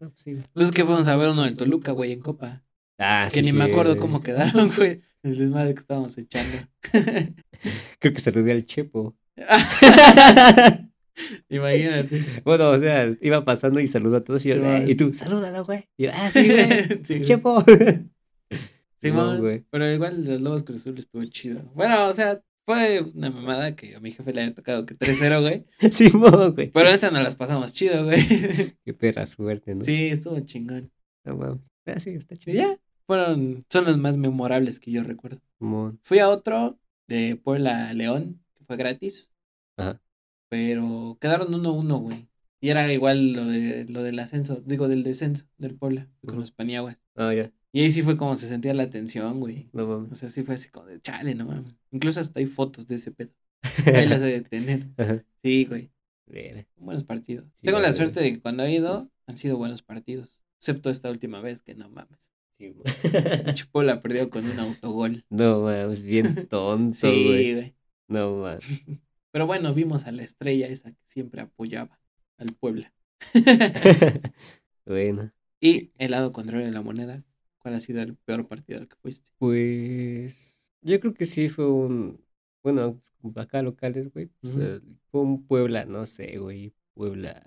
F: No, pues sí, güey.
E: Pues es que fuimos a ver uno del Toluca, güey, en Copa.
F: Ah,
E: que
F: sí,
E: ni me acuerdo
F: cierto.
E: cómo quedaron, güey. El desmadre que estábamos echando.
F: Creo que saludé al Chepo.
E: Imagínate.
F: Bueno, o sea, iba pasando y saludó a todos y, yo,
E: Sí, va.
F: "Eh", y tú, salúdalo, güey. Y yo, ah, sí, güey.
E: Sí, güey.
F: Chepo.
E: Simón,
F: No, güey.
E: Pero igual los Lobos Cruz Azul estuvo chido. Bueno, o sea, fue una mamada que a mi jefe le había tocado que 3-0, güey.
F: Simón, güey.
E: Pero esta nos las pasamos chido, güey.
F: Qué perra suerte, ¿no?
E: Sí, estuvo chingón.
F: No mames. Ah, sí, está
E: Y
F: chido.
E: ya, fueron, son los más memorables que yo recuerdo.
F: Simón.
E: Fui a otro de Puebla a León, que fue gratis.
F: Ajá.
E: Pero quedaron 1-1, güey. Y era igual lo de lo del ascenso, digo del descenso del Puebla, con
F: Ujú.
E: los paniaguas.
F: Ah, ya.
E: Y ahí sí fue como se sentía la tensión, güey.
F: No mames.
E: O sea, sí fue así como de chale, no mames. Incluso hasta hay fotos de ese pedo. Ahí las he de tener.
F: Ajá.
E: Sí, güey.
F: Verga.
E: Buenos partidos.
F: Sí,
E: Tengo
F: la
E: la
F: verdad.
E: suerte de que cuando he ido han sido buenos partidos. Excepto esta última vez que no mames.
F: Simón.
E: Pinche Puebla perdió con un autogol.
F: No mames, bien tonto,
E: Sí,
F: güey.
E: güey.
F: No mames.
E: Pero bueno, vimos a la estrella esa que siempre apoyaba al Puebla.
F: bueno,
E: y el lado contrario de la moneda, ¿cuál ha sido el peor partido al que fuiste?
F: pues yo creo que sí fue un, bueno, acá locales, güey, pues,
E: Ujú.
F: eh, fue un Puebla, no sé, güey, Puebla,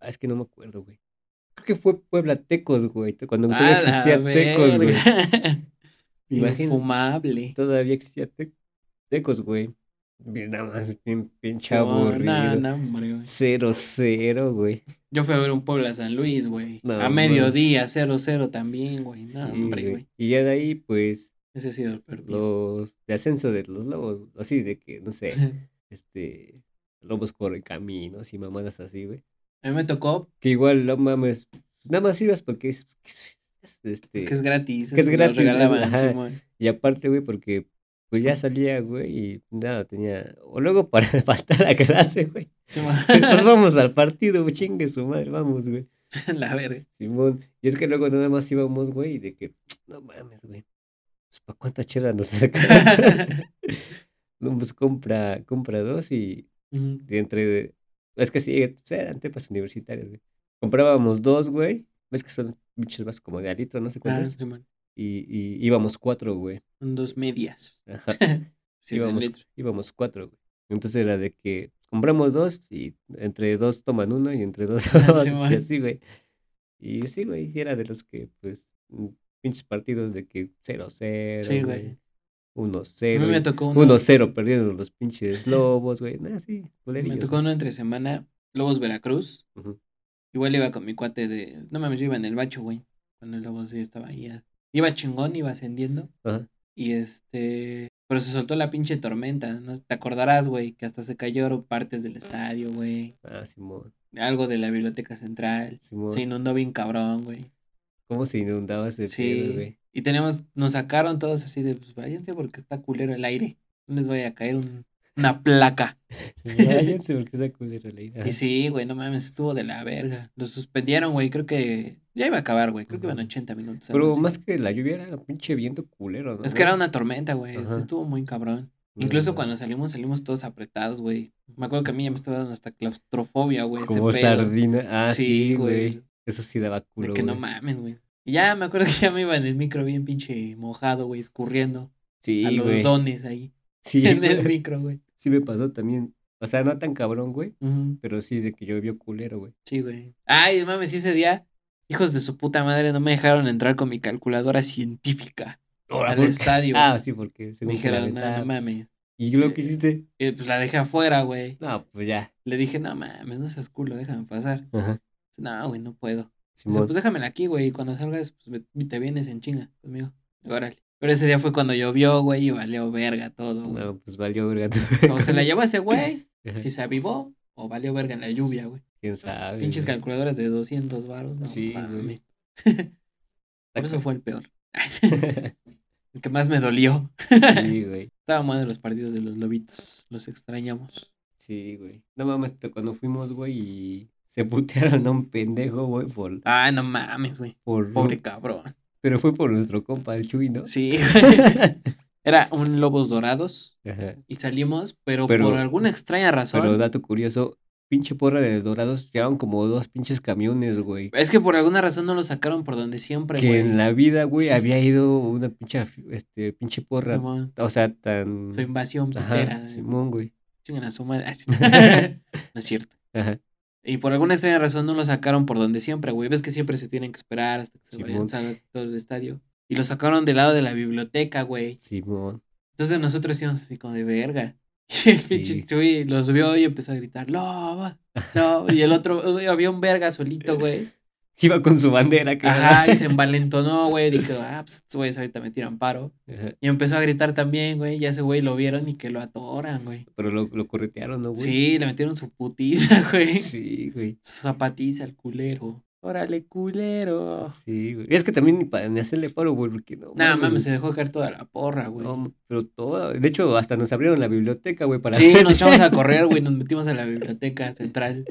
F: ah, es que no me acuerdo, güey, creo que fue Puebla Tecos, güey. Cuando
E: A
F: Pues todavía
E: la
F: existía Tecos, güey.
E: verga.
F: Imagínate.
E: Infumable.
F: Todavía existía Te- Tecos, güey. Bien, Nada más, bien pinche aburrido.
E: No, no, hombre, güey.
F: Cero, cero, güey.
E: Yo fui a ver un Puebla San Luis, güey.
F: No,
E: a
F: hombre.
E: mediodía, 0-0 también, güey. No,
F: Sí,
E: hombre, güey.
F: Y ya de ahí, pues,
E: Ese ha sido el peor día.
F: los de ascenso de los lobos, así de que, no sé, este, lobos corren caminos y mamadas así, güey.
E: A mí me tocó
F: Que igual, no mames, nada más ibas porque es, este,
E: que es gratis.
F: Que es
E: eso lo
F: gratis,
E: regalaban,
F: ajá.
E: Simón.
F: y aparte, güey, porque pues ya salía, güey, y nada, tenía, o luego para faltar a clase, güey.
E: Simón.
F: Entonces vamos al partido, güey, chingue su madre, vamos, güey.
E: La verga.
F: Simón, y es que luego nada más íbamos, güey, y de que, no mames, güey, pues para cuántas chelas nos alcanza. no, pues compra, compra dos y
E: Ujú. Ah,
F: de entre. Es que sí, pues, eran tepas universitarias, güey. Comprábamos dos, güey. Ves que son muchos vasos como de alito, no sé
E: Ah,
F: cuántos.
E: Simón.
F: Y, y íbamos cuatro, güey.
E: Son dos medias.
F: Ajá.
E: Sí, es el
F: íbamos,
E: litro.
F: íbamos cuatro, güey. Entonces era de que compramos dos y entre dos toman uno y entre dos
E: Ah,
F: toman
E: Simón.
F: y así, güey. Y sí, güey, y era de los que, pues, mm, pinches partidos de que 0-0,
E: Sí, güey.
F: güey.
E: A mí me
F: 1-0.
E: tocó
F: y
E: uno.
F: 1-0 perdiendo los pinches lobos, güey. Nada, sí,
E: me
F: culerillos,
E: tocó uno entre semana. Lobos Veracruz.
F: güey. Ujú.
E: Igual iba con mi cuate de. No mames, yo iba en el bacho, güey. Cuando el Lobos sí estaba ahí. ya- Iba chingón, iba ascendiendo.
F: Ajá.
E: Y este. Pero se soltó la pinche tormenta. ¿no? Te acordarás, güey, que hasta se cayeron partes del estadio, güey.
F: Ah, Simón.
E: Algo de la biblioteca central.
F: Simón,
E: Se inundó bien cabrón, güey.
F: ¿cómo se inundaba ese
E: Sí.
F: pedo, güey?
E: Y tenemos, nos sacaron todos así de, pues váyanse porque está culero el aire. No les vaya a caer un- una placa.
F: Váyanse porque esa culera la idea.
E: Y sí, güey, no mames, estuvo de la verga. Lo suspendieron, güey, creo que ya iba a acabar, güey. Creo que iban
F: Ujú.
E: 80 minutos. algo
F: Pero
E: así.
F: más que la lluvia era un pinche viento culero, ¿no?
E: Es que era una tormenta, güey. sí
F: Ajá.
E: Estuvo muy cabrón.
F: No,
E: Incluso
F: no.
E: cuando salimos, salimos todos apretados, güey. Me acuerdo que a mí ya me estaba dando hasta claustrofobia, güey. ese
F: Como
E: pedo.
F: sardina. Ah,
E: Sí,
F: sí,
E: güey.
F: güey. Eso sí daba
E: De
F: culo,
E: que no
F: güey.
E: mames, güey. Y ya me acuerdo que ya me iba en el micro bien pinche mojado, güey, escurriendo.
F: Sí,
E: a los
F: güey.
E: dones ahí.
F: Sí,
E: en el
F: güey.
E: micro, güey.
F: Sí me pasó también. O sea, no tan cabrón, güey.
E: Ujú.
F: Pero sí de que llovió culero, güey.
E: Sí, güey. Ay, mames, sí, ese día, hijos de su puta madre, no me dejaron entrar con mi calculadora científica al
F: ¿por qué?
E: estadio.
F: Ah, sí, porque
E: me
F: según que la
E: dijeron, no, no
F: ventana-
E: mames.
F: ¿Y lo que hiciste?
E: Y pues la dejé afuera, güey.
F: No, pues ya.
E: Le dije, no mames, no seas culo, déjame pasar.
F: Ajá.
E: Dice, No, güey, no puedo. Dice,
F: Simón.
E: pues déjamela aquí, güey. Y cuando salgas, pues me- te vienes en chinga conmigo. Y Órale. Pero ese día fue cuando llovió, güey, y valió verga todo, güey.
F: No, pues valió verga. tú.
E: O se la llevó ese güey,
F: Ajá.
E: si se avivó, o valió verga en la lluvia, güey.
F: ¿Quién sabe?
E: Pinches
F: güey.
E: calculadoras de 200 varos, no
F: Sí, güey.
E: mames. Por eso fue el peor. el que más me dolió.
F: Sí, güey.
E: Estaba mal de los partidos de los lobitos. Los extrañamos.
F: Sí, güey. No mames, te- cuando fuimos, güey, y se putearon a un pendejo, güey, por,
E: Ah, no mames, güey.
F: por...
E: Pobre cabrón.
F: Pero fue por nuestro compa, el Chuy, ¿no?
E: Sí, güey. Era un Lobos Dorados
F: Ajá.
E: y salimos, pero,
F: Pero-
E: por alguna extraña razón.
F: Pero dato curioso, pinche porra de los dorados llevaban como dos pinches camiones, güey.
E: Es que por alguna razón no lo sacaron por donde siempre,
F: Que
E: güey.
F: en la vida, güey, había ido una pinche, af- este, pinche porra,
E: Simón,
F: o sea, tan...
E: Su invasión putera. eh.
F: Ajá, Simón, güey.
E: Chingan a su madre. Ay, sí. no es cierto.
F: Ajá.
E: Y por alguna extraña razón no lo sacaron por donde siempre, güey. Ves que siempre se tienen que esperar hasta que se vayan
F: Simón.
E: sal- todo el estadio. Y lo sacaron del lado de la biblioteca, güey.
F: Simón.
E: Entonces nosotros íbamos así como de verga. Y el
F: Sí.
E: pinche Chuy los vio y empezó a gritar, ¡Loba! ¡No! Y el otro, güey, había un verga solito, güey.
F: Iba con su bandera,
E: Ajá,
F: claro.
E: y se envalentonó, güey. Dijo, ah, pues estos güeyes ahorita me tiran paro.
F: Ajá.
E: Y empezó a gritar también, güey. Ya ese güey lo vieron y que lo atoran, güey.
F: Pero lo, lo corretearon, ¿no, güey?
E: Sí, le metieron su putiza, güey.
F: Sí, güey.
E: Su zapatiza al culero. Órale, culero.
F: Sí, güey. Es que también ni para ni hacerle paro, güey, porque no.
E: Nada, mames,
F: güey.
E: se dejó caer toda la porra, güey.
F: pues, No, pero todo. De hecho, hasta nos abrieron la biblioteca, güey, para.
E: sí, nos echamos a correr, güey, nos metimos a la biblioteca central.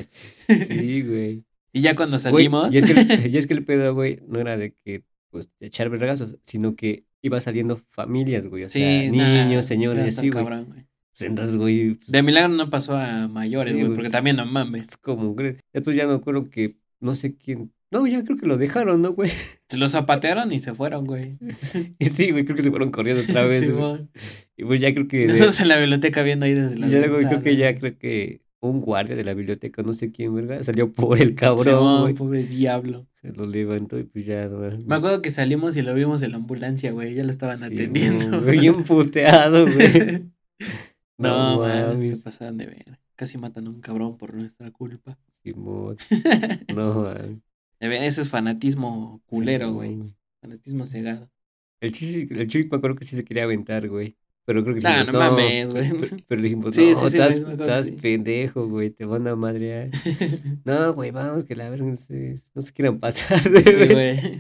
F: Sí, güey.
E: Y ya cuando
F: Güey,
E: salimos,
F: Y es, que el, y es que el pedo, güey, no era de que, pues, de echar vergazos, sino que iba saliendo familias, güey. O
E: sí,
F: sea,
E: nah,
F: niños,
E: era
F: señores,
E: hasta
F: sí, güey.
E: cabrón, güey.
F: Pues entonces, güey. pues,
E: De milagro no pasó a mayores,
F: Sí,
E: güey,
F: güey,
E: porque
F: pues-
E: también no mames.
F: es como, crees. Después ya me acuerdo que no sé quién. No, ya creo que lo dejaron, ¿no, güey?
E: Se los zapatearon y se fueron, güey.
F: Y sí, güey, creo que se fueron corriendo otra vez, güey.
E: Simón.
F: Y pues ya creo que. de-
E: Nosotros en la biblioteca viendo ahí desde la
F: Y ya luego
E: ventana.
F: creo que ya creo que un guardia de la biblioteca, no sé quién, ¿verdad? Salió por el cabrón,
E: Simón,
F: güey.
E: pobre diablo.
F: Se lo levantó y pues ya. no,
E: Me acuerdo que salimos y lo vimos en la ambulancia, güey. Ya lo estaban
F: sí,
E: atendiendo.
F: güey, Bien puteado, güey.
E: no,
F: No
E: man, se
F: mames.
E: pasaron de ver. Casi matan a un cabrón por nuestra culpa.
F: Simón. No, mames.
E: Ya ven, Eso es fanatismo culero,
F: Simón,
E: güey. Fanatismo cegado.
F: El chiste, el chiste me acuerdo que sí se quería aventar, güey. Pero creo que le
E: Nah,
F: dijimos,
E: no mames, güey.
F: Pero, pero le dijimos,
E: Sí,
F: no,
E: sí, sí,
F: estás,
E: güey, me acuerdo,
F: estás
E: sí.
F: pendejo, güey, te van a madrear. No, güey, vamos, que la verga, no se, no se quieran pasar de
E: Sí,
F: ver.
E: güey.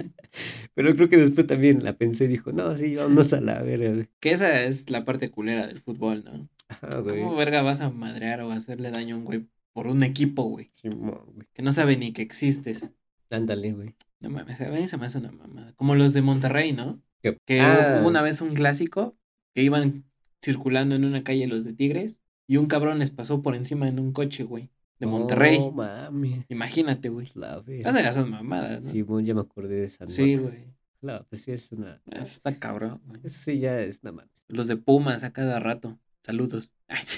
F: Pero creo que después también la pensé y dijo, no, sí, vámonos a la verga, güey.
E: Que esa es la parte culera del fútbol, ¿no?
F: Ajá,
E: ¿Cómo
F: güey.
E: verga vas a madrear o hacerle daño a un güey por un equipo, güey?
F: Simón, güey.
E: Que no sabe ni que existes.
F: Ándale, güey.
E: No mames, a mí se me hace una mamada. Como los de Monterrey, ¿no?
F: Que-
E: Que
F: Ah.
E: hubo una vez un clásico que iban circulando en una calle los de Tigres y un cabrón les pasó por encima en un coche, güey. De Monterrey.
F: No mames.
E: Imagínate, güey.
F: La verga.
E: Hacen esas mamadas, ¿no?
F: Simón, ya me acordé de esa
E: Sí,
F: nota.
E: güey. Ah,
F: No, pues sí, es una.
E: Está cabrón, güey.
F: Eso sí, ya es una mames.
E: Los de Pumas a cada rato. Saludos.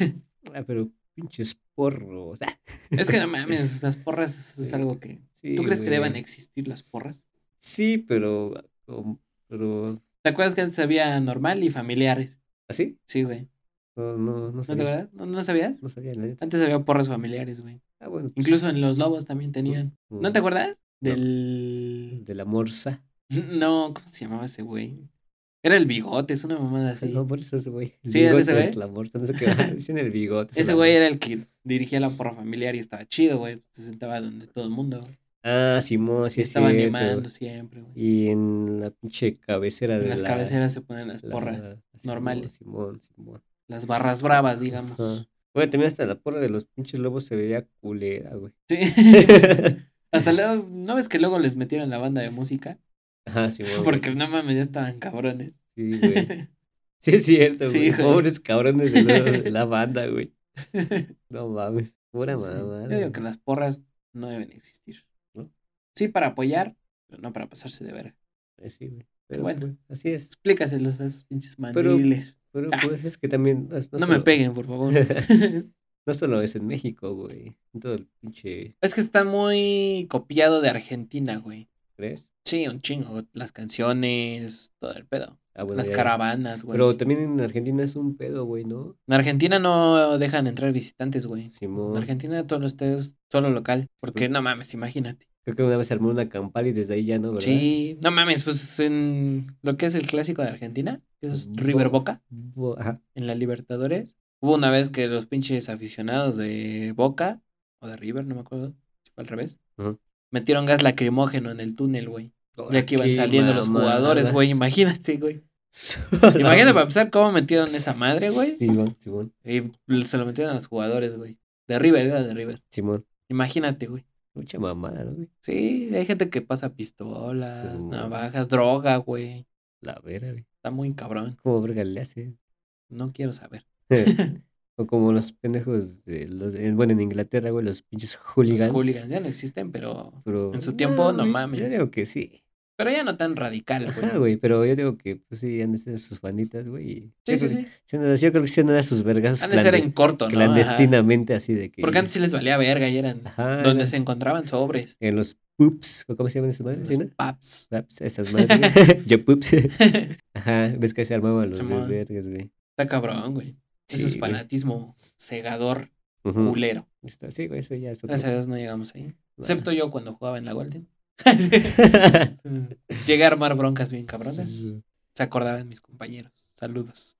F: Ah, pero pinches porros. Ah,
E: es que no mames, las porras es
F: Sí.
E: algo que.
F: sí,
E: ¿Tú crees que
F: güey.
E: deban existir las porras?
F: Sí, pero. um, Pero.
E: ¿Te acuerdas que antes había normal y familiares?
F: ¿Así?
E: Sí, güey.
F: No, no, no
E: ¿No te
F: sabía.
E: acuerdas? ¿No, no sabías?
F: No sabía, la neta.
E: Antes había porras familiares, güey.
F: Ah, bueno. pues,
E: Incluso en los lobos también tenían. ¿No te
F: mm,
E: acuerdas?
F: No.
E: Del.
F: De la morsa.
E: No, ¿cómo se llamaba ese güey? Era el bigote, es una mamada así.
F: No, por eso ese güey. El
E: Sí, era ese
F: bigote es
E: güey.
F: La morsa, no sé qué. ah, Dicen el bigote. es
E: Ese
F: la
E: güey
F: morsa.
E: era el que dirigía la porra familiar y estaba chido, güey. Se sentaba donde todo el mundo. güey.
F: Ah, Simón, sí,
E: y
F: es
E: estaba
F: cierto.
E: animando siempre, güey.
F: Y en la pinche cabecera de
E: En las
F: la-
E: cabeceras se ponen las
F: la-
E: porras,
F: Simón,
E: normales.
F: Simón, Simón.
E: las barras bravas, digamos.
F: Ajá. Bueno, también hasta la porra de los pinches lobos se veía culera, güey.
E: Sí. Hasta luego, ¿no ves que luego les metieron la banda de música?
F: Ajá, Simón. güey,
E: Porque no mames, ya estaban cabrones.
F: Sí, güey. Sí, es cierto,
E: Sí,
F: güey.
E: güey.
F: Pobres cabrones de la, de la banda, güey. No mames. Pura
E: Sí,
F: mamada.
E: Yo digo que las porras no deben existir.
F: ¿No?
E: Sí, para apoyar, pero no para pasarse de verga.
F: Eh, Sí, güey. Pero
E: Bueno.
F: bueno, así es.
E: Explícaselos a esos pinches
F: Pero-
E: mandriles.
F: Pero
E: Ah.
F: pues es que también. No,
E: no me
F: solo-
E: peguen, por favor.
F: No solo es en México, güey. En todo el pinche.
E: es que está muy copiado de Argentina, güey.
F: ¿Crees?
E: Sí, un chingo. Las canciones, todo el pedo.
F: Ah, bueno.
E: las
F: ya-
E: caravanas, güey.
F: Pero también en Argentina es un pedo, güey, ¿no?
E: En Argentina no dejan entrar visitantes, güey. En
F: Simón.
E: Argentina todo lo es solo local. Porque
F: Sí.
E: no mames, imagínate.
F: Creo que una vez armó una campal y desde ahí ya no, ¿verdad?
E: Sí, no mames, pues en lo que es el clásico de Argentina, que es
F: Bo-
E: River Boca,
F: Bo- Ajá.
E: en la Libertadores. Hubo una vez que los pinches aficionados de Boca, o de River, no me acuerdo, fue al revés,
F: Ujú. Ah,
E: metieron gas lacrimógeno en el túnel, güey. Ya que
F: Qué
E: iban saliendo los jugadores, güey,
F: mamadas.
E: imagínate, güey. Imagínate para empezar cómo metieron esa madre, güey.
F: Simón, Simón.
E: Y se lo metieron a los jugadores, güey. De River, era de River.
F: Simón.
E: Imagínate, güey.
F: Mucha mamada, ¿no, güey?
E: Sí, hay gente que pasa pistolas,
F: Mm.
E: navajas, droga, güey.
F: La vera, güey.
E: Está muy cabrón.
F: ¿Cómo verga le hace?
E: No quiero saber.
F: o como los pendejos, de los, eh, bueno, en Inglaterra, güey, los pinches
E: Los
F: hooligans.
E: hooligans ya no existen, pero.
F: pero-
E: En su tiempo, no
F: güey, Yo
E: mames.
F: digo que sí.
E: Pero ya no tan radical,
F: Ajá,
E: güey.
F: güey, pero yo digo que pues, sí, han de ser sus banditas, güey. y
E: Sí,
F: yo
E: sí,
F: creo que-
E: sí.
F: sí han de- Yo creo que sí han de dar sus vergazos
E: Pues Han de ser en
F: clandes-
E: corto, ¿no? Ajá.
F: clandestinamente, así de que.
E: Porque antes sí les valía verga y eran.
F: Ajá,
E: Donde
F: en-
E: se encontraban sobres.
F: En los poops, ¿o ¿cómo se llaman esas madres?
E: los
F: ¿Sí, no?
E: paps.
F: Paps, esas madres. güey. Yo poops.
E: Está
F: Ajá, ves que se armaban los de
E: Simón.
F: vergas, güey.
E: cabrón, güey. Eso es
F: Sí, güey. Mm.
E: fanatismo cegador,
F: Ujú.
E: culero.
F: Está- Sí, güey, eso ya es otro.
E: Gracias a Dios no llegamos ahí. Excepto yo cuando jugaba en la Golden.
F: Ajá.
E: Llegué a armar broncas bien cabronas. Se acordarán mis compañeros. Saludos.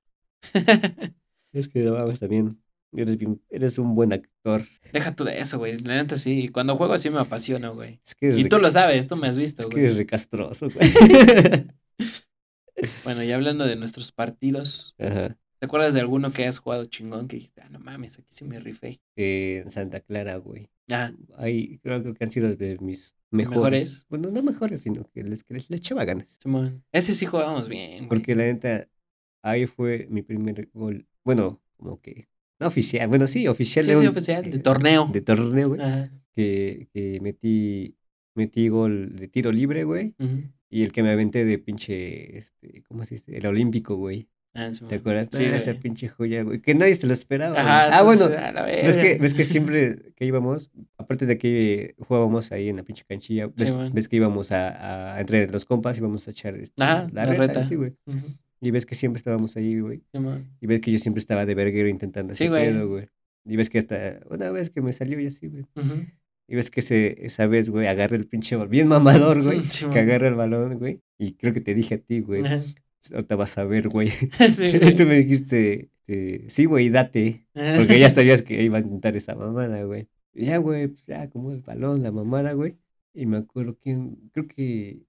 F: Es que no mames, también. Eres, bien- eres un buen actor.
E: Deja tú de eso, güey. La neta sí. Cuando juego así me apasiono, güey.
F: Es que eres
E: Y tú
F: reca-
E: lo sabes, tú me has visto,
F: Es que
E: güey.
F: eres recastroso, güey.
E: Bueno, y hablando de nuestros partidos,
F: Ajá.
E: ¿te acuerdas de alguno que hayas jugado chingón que dijiste, ah, no mames, aquí sí me rifé?
F: Eh, en Santa Clara, güey.
E: Ah,
F: Ahí creo, creo que han sido de mis mejores.
E: ¿Mejores?
F: Bueno, no mejores, sino que les, que les le echaba ganas.
E: Simón. Ese sí jugábamos bien, güey.
F: Porque la neta, ahí fue mi primer gol. Bueno, como que. No oficial, bueno, sí,
E: Sí,
F: oficial.
E: sí,
F: de un-
E: oficial, de
F: eh,
E: torneo. Ah.
F: de torneo, güey.
E: Ajá,
F: Que, que metí, metí gol de tiro libre, güey.
E: ujú.
F: Y el que me aventé de pinche, este, ¿cómo se dice? El olímpico, güey.
E: Ah, sí,
F: ¿Te acuerdas?
E: Sí,
F: Ah, esa
E: güey.
F: pinche joya, güey. Que nadie se lo esperaba.
E: Ajá,
F: güey. ah, bueno.
E: entonces, a la
F: ¿Ves que,
E: verga.
F: ves que siempre que íbamos, aparte de que jugábamos ahí en la pinche canchilla, ves,
E: Sí, man.
F: ves que íbamos a, a- entre los compas íbamos a echar este,
E: Ajá,
F: la
E: la
F: reta,
E: reta.
F: sí, güey.
E: Ujú,
F: Y ves que siempre estábamos ahí, güey.
E: sí, man.
F: Y ves que yo siempre estaba de verguero intentando
E: Sí,
F: hacer
E: güey.
F: pedo, güey. Y ves que hasta una vez que me salió y así, güey.
E: Ujú.
F: Y ves que ese, esa vez, güey, agarra el pinche balón. Bien mamador, güey.
E: Sí,
F: que
E: man.
F: agarra el balón, güey. Y creo que te dije a ti, güey.
E: Ajá.
F: Ahorita vas a ver, güey.
E: Sí,
F: Y
E: güey.
F: tú me dijiste, eh, sí, güey, date. Porque ya sabías que iba a intentar esa mamada, güey. Y ya, güey, pues ya, como el balón, la mamada, güey. Y me acuerdo quién, creo que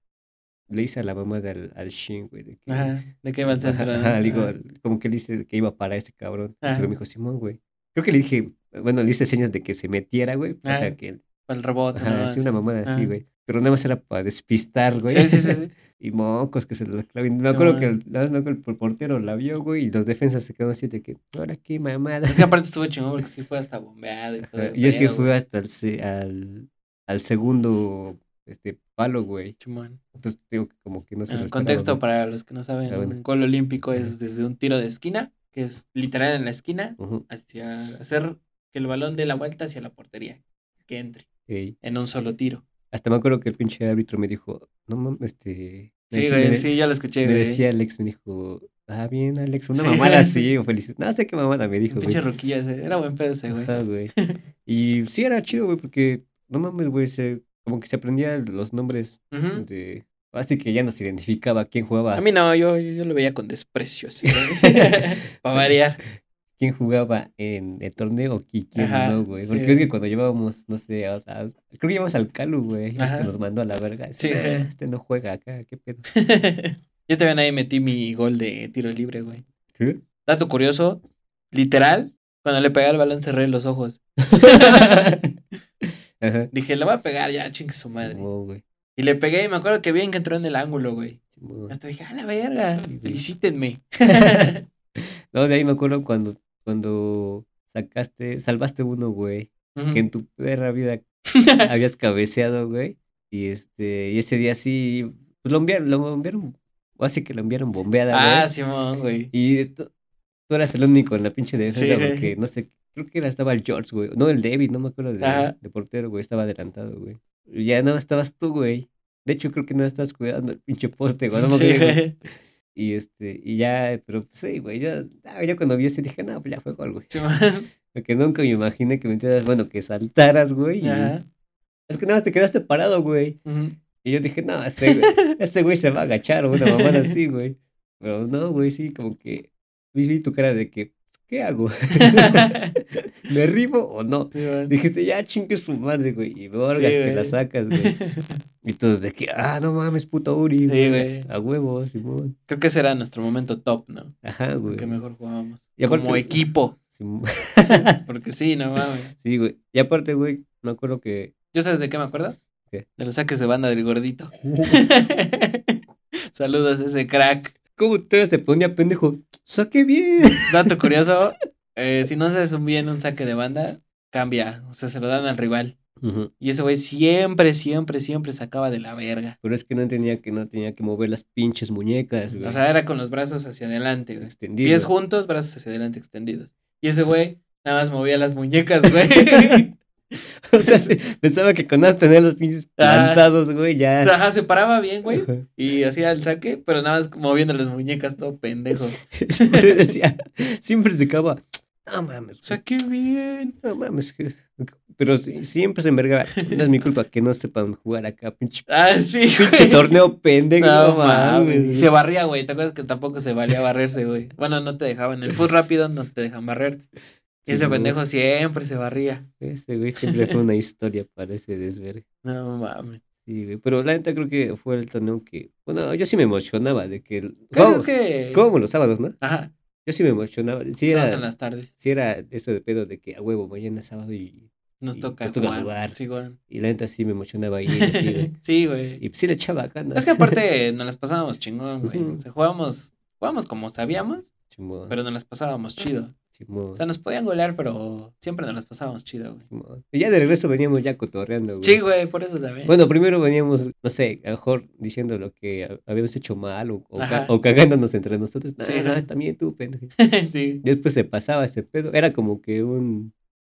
F: le hice a la mamada al, al Shin, güey. De que,
E: Ajá, ¿De qué va el
F: ajá,
E: centro?
F: ajá,
E: no?
F: le digo,
E: Ajá.
F: como que le hice que iba para ese cabrón. Y
E: Ajá.
F: ese güey me dijo, Simón, güey. Creo que le dije, bueno, le hice señas de que se metiera, güey. O
E: Ajá.
F: sea, que,
E: Para el rebote.
F: ajá,
E: Ah, ¿no?
F: así una mamada así,
E: Ajá.
F: güey. Pero nada más era para despistar, güey.
E: Sí, sí, sí. sí.
F: Y mocos que se los claven. Me acuerdo que
E: Simón.
F: el, la vez me acuerdo que el portero la vio, güey, y los defensas se quedaron así de que, ahora qué mamada.
E: Es que aparte estuvo chingón porque sí fue hasta bombeado y todo.
F: Ajá,
E: el
F: Y es que
E: pedo,
F: fue
E: güey.
F: hasta el, se- al, al segundo este, palo, güey.
E: Chimón.
F: Entonces, digo que como que no se
E: En
F: lo
E: el
F: esperaba,
E: Ah, contexto,
F: ¿no?
E: para los que no saben,
F: Ah, bueno.
E: un gol olímpico es desde un tiro de esquina, que es literal en la esquina,
F: Ujú,
E: hacia hacer que el balón dé la vuelta hacia la portería, que entre
F: ey.
E: en un solo tiro.
F: Hasta me acuerdo que el pinche árbitro me dijo, no mames, este... me
E: Sí,
F: decía-
E: güey,
F: me de-
E: sí, ya lo escuché,
F: Me
E: güey.
F: decía Alex, me dijo, ah, bien, Alex, una
E: Sí.
F: mamada así, o felices. No sé qué mamada me
E: Un
F: dijo, güey.
E: pinche ruquillo ese, era buen pedo ese, güey.
F: Ajá, güey. Y sí era chido, güey, porque, no mames, güey, se, como que se aprendía los nombres
E: Ujú.
F: de... Así que ya nos identificaba quién jugaba
E: A mí no, yo, yo, yo lo veía con desprecio, así, güey. Para
F: Sí.
E: variar.
F: quién jugaba en el torneo y quién
E: Ajá,
F: no, güey.
E: sí.
F: Porque es que cuando llevábamos, no sé, a- a- creo que llevamos al Calu, güey. y es
E: Ajá.
F: que nos mandó a la verga.
E: Sí.
F: Sí. Este no juega acá, qué pedo.
E: Yo también ahí metí mi gol de tiro libre, güey. Dato curioso, literal, cuando le pegué al balón cerré los ojos.
F: Ajá.
E: Dije, le voy a pegar ya, chingue su madre.
F: Simón, güey.
E: Y le pegué y me acuerdo que bien que entró en el ángulo, güey.
F: Simón.
E: Hasta dije, a la verga,
F: Sí, güey.
E: felicítenme.
F: No, de ahí me acuerdo cuando, cuando sacaste, salvaste uno, güey.
E: Ujú.
F: Que en tu perra vida habías cabeceado, güey. Y este, y ese día sí, pues lo enviaron, lo bombearon, o así que lo enviaron bombeada, güey.
E: ah, Simón, güey.
F: Y tú, tú eras el único en la pinche defensa
E: Sí, güey.
F: porque no sé, creo que era, estaba el George, güey. No, el David, no me acuerdo de,
E: Ajá.
F: de portero, güey. Estaba adelantado, güey. Y ya nada más estabas tú, güey. De hecho, creo que nada más estabas cuidando el pinche poste, güey. No me
E: Sí,
F: acuerdo, güey.
E: güey.
F: Y este, y ya, pero pues, sí, güey. Yo, ah, yo cuando vi ese dije, no, pues ya fue gol, güey.
E: Simón.
F: Porque nunca me imaginé que metieras, bueno, que saltaras, güey. y-
E: Ajá.
F: Es que nada más te quedaste parado, güey.
E: Ujú.
F: Y yo dije, no, este güey, este güey se va a agachar o una mamada así, güey. Pero no, güey, sí, como que vi, vi tu cara de que, ¿qué hago? ¿Me arrimo o no?
E: Simón.
F: Dijiste, ya chingue su madre, güey. Y vergas
E: Sí,
F: que
E: güey.
F: la sacas, güey. Y todos de que, ah, no mames, puto Uri,
E: güey.
F: A huevo, Simón.
E: Creo que ese era nuestro momento top, ¿no?
F: Ajá, güey.
E: Que mejor jugábamos.
F: Y aparte-
E: Como equipo.
F: Simón.
E: Porque sí, no mames.
F: Sí, güey. Y aparte, güey, me acuerdo que.
E: ¿Yo sabes de qué me acuerdo?
F: ¿Qué?
E: De los saques de banda del gordito. Saludos a ese crack.
F: ¿Cómo ustedes se ponía pendejo? ¡Saqué bien!
E: Dato curioso, eh, si no sabes un bien un saque de banda, cambia. O sea, se lo dan al rival.
F: Ujú.
E: Y ese güey siempre, siempre, siempre sacaba de la verga.
F: Pero es que no tenía que, no tenía que mover las pinches muñecas, güey.
E: O sea, era con los brazos hacia adelante, güey.
F: extendido.
E: Pies juntos, brazos hacia adelante extendidos. Y ese güey nada más movía las muñecas, güey.
F: O sea, sí, pensaba que con nada tener los pinches
E: Ah.
F: plantados, güey,
E: O
F: ya.
E: sea, ajá, se paraba bien, güey.
F: Ajá.
E: Y hacía el saque, pero nada más moviendo las muñecas, todo pendejo.
F: Siempre decía, siempre se acaba. No mames, güey,
E: Saqué bien.
F: no mames. que es-". Pero sí, siempre se envergaba. No es mi culpa que no sepan jugar acá, pinche,
E: Ah, sí.
F: pinche
E: güey.
F: torneo pendejo.
E: No
F: No,
E: mames.
F: mames.
E: Se barría, güey. ¿Te acuerdas que tampoco se valía barrerse, güey? Bueno, no te dejaban. En el fútbol rápido no te dejan barrerte. Y
F: Sí,
E: ese
F: no.
E: pendejo siempre se barría.
F: Ese güey siempre fue una historia para ese desvergue.
E: No mames.
F: Sí, güey. Pero la neta creo que fue el torneo que. Bueno, yo sí me emocionaba de que. el-
E: ¿Cómo
F: Jugábamos-
E: Pues que?
F: Jugábamos los sábados, ¿no?
E: Ajá.
F: Yo sí me emocionaba. Sí
E: Jugábamos
F: era,
E: en las tardes.
F: sí era eso de pedo de que a huevo, mañana es sábado y,
E: Nos
F: Y
E: toca
F: nos toca
E: jugar.
F: jugar.
E: Sí, güey.
F: y la neta sí me emocionaba ir así, güey.
E: Sí, güey.
F: Y pues sí le echaba acá, ¿no?
E: Es que aparte nos las pasábamos chingón, güey.
F: Ujú.
E: O sea, jugábamos, jugábamos como sabíamos,
F: Chimón.
E: pero nos las pasábamos chido.
F: Simón,
E: O sea, nos podían golear, pero siempre nos las pasábamos chido, güey.
F: Simón. Y ya de regreso veníamos ya cotorreando, güey.
E: Sí, güey, por eso también.
F: Bueno, primero veníamos, no sé, a lo mejor diciendo lo que hab- habíamos hecho mal o, o, ca-
E: Ajá.
F: o cagándonos entre nosotros. No,
E: Sí.
F: no, también tú, pendejo.
E: sí.
F: Después se pasaba ese pedo. Era como que un,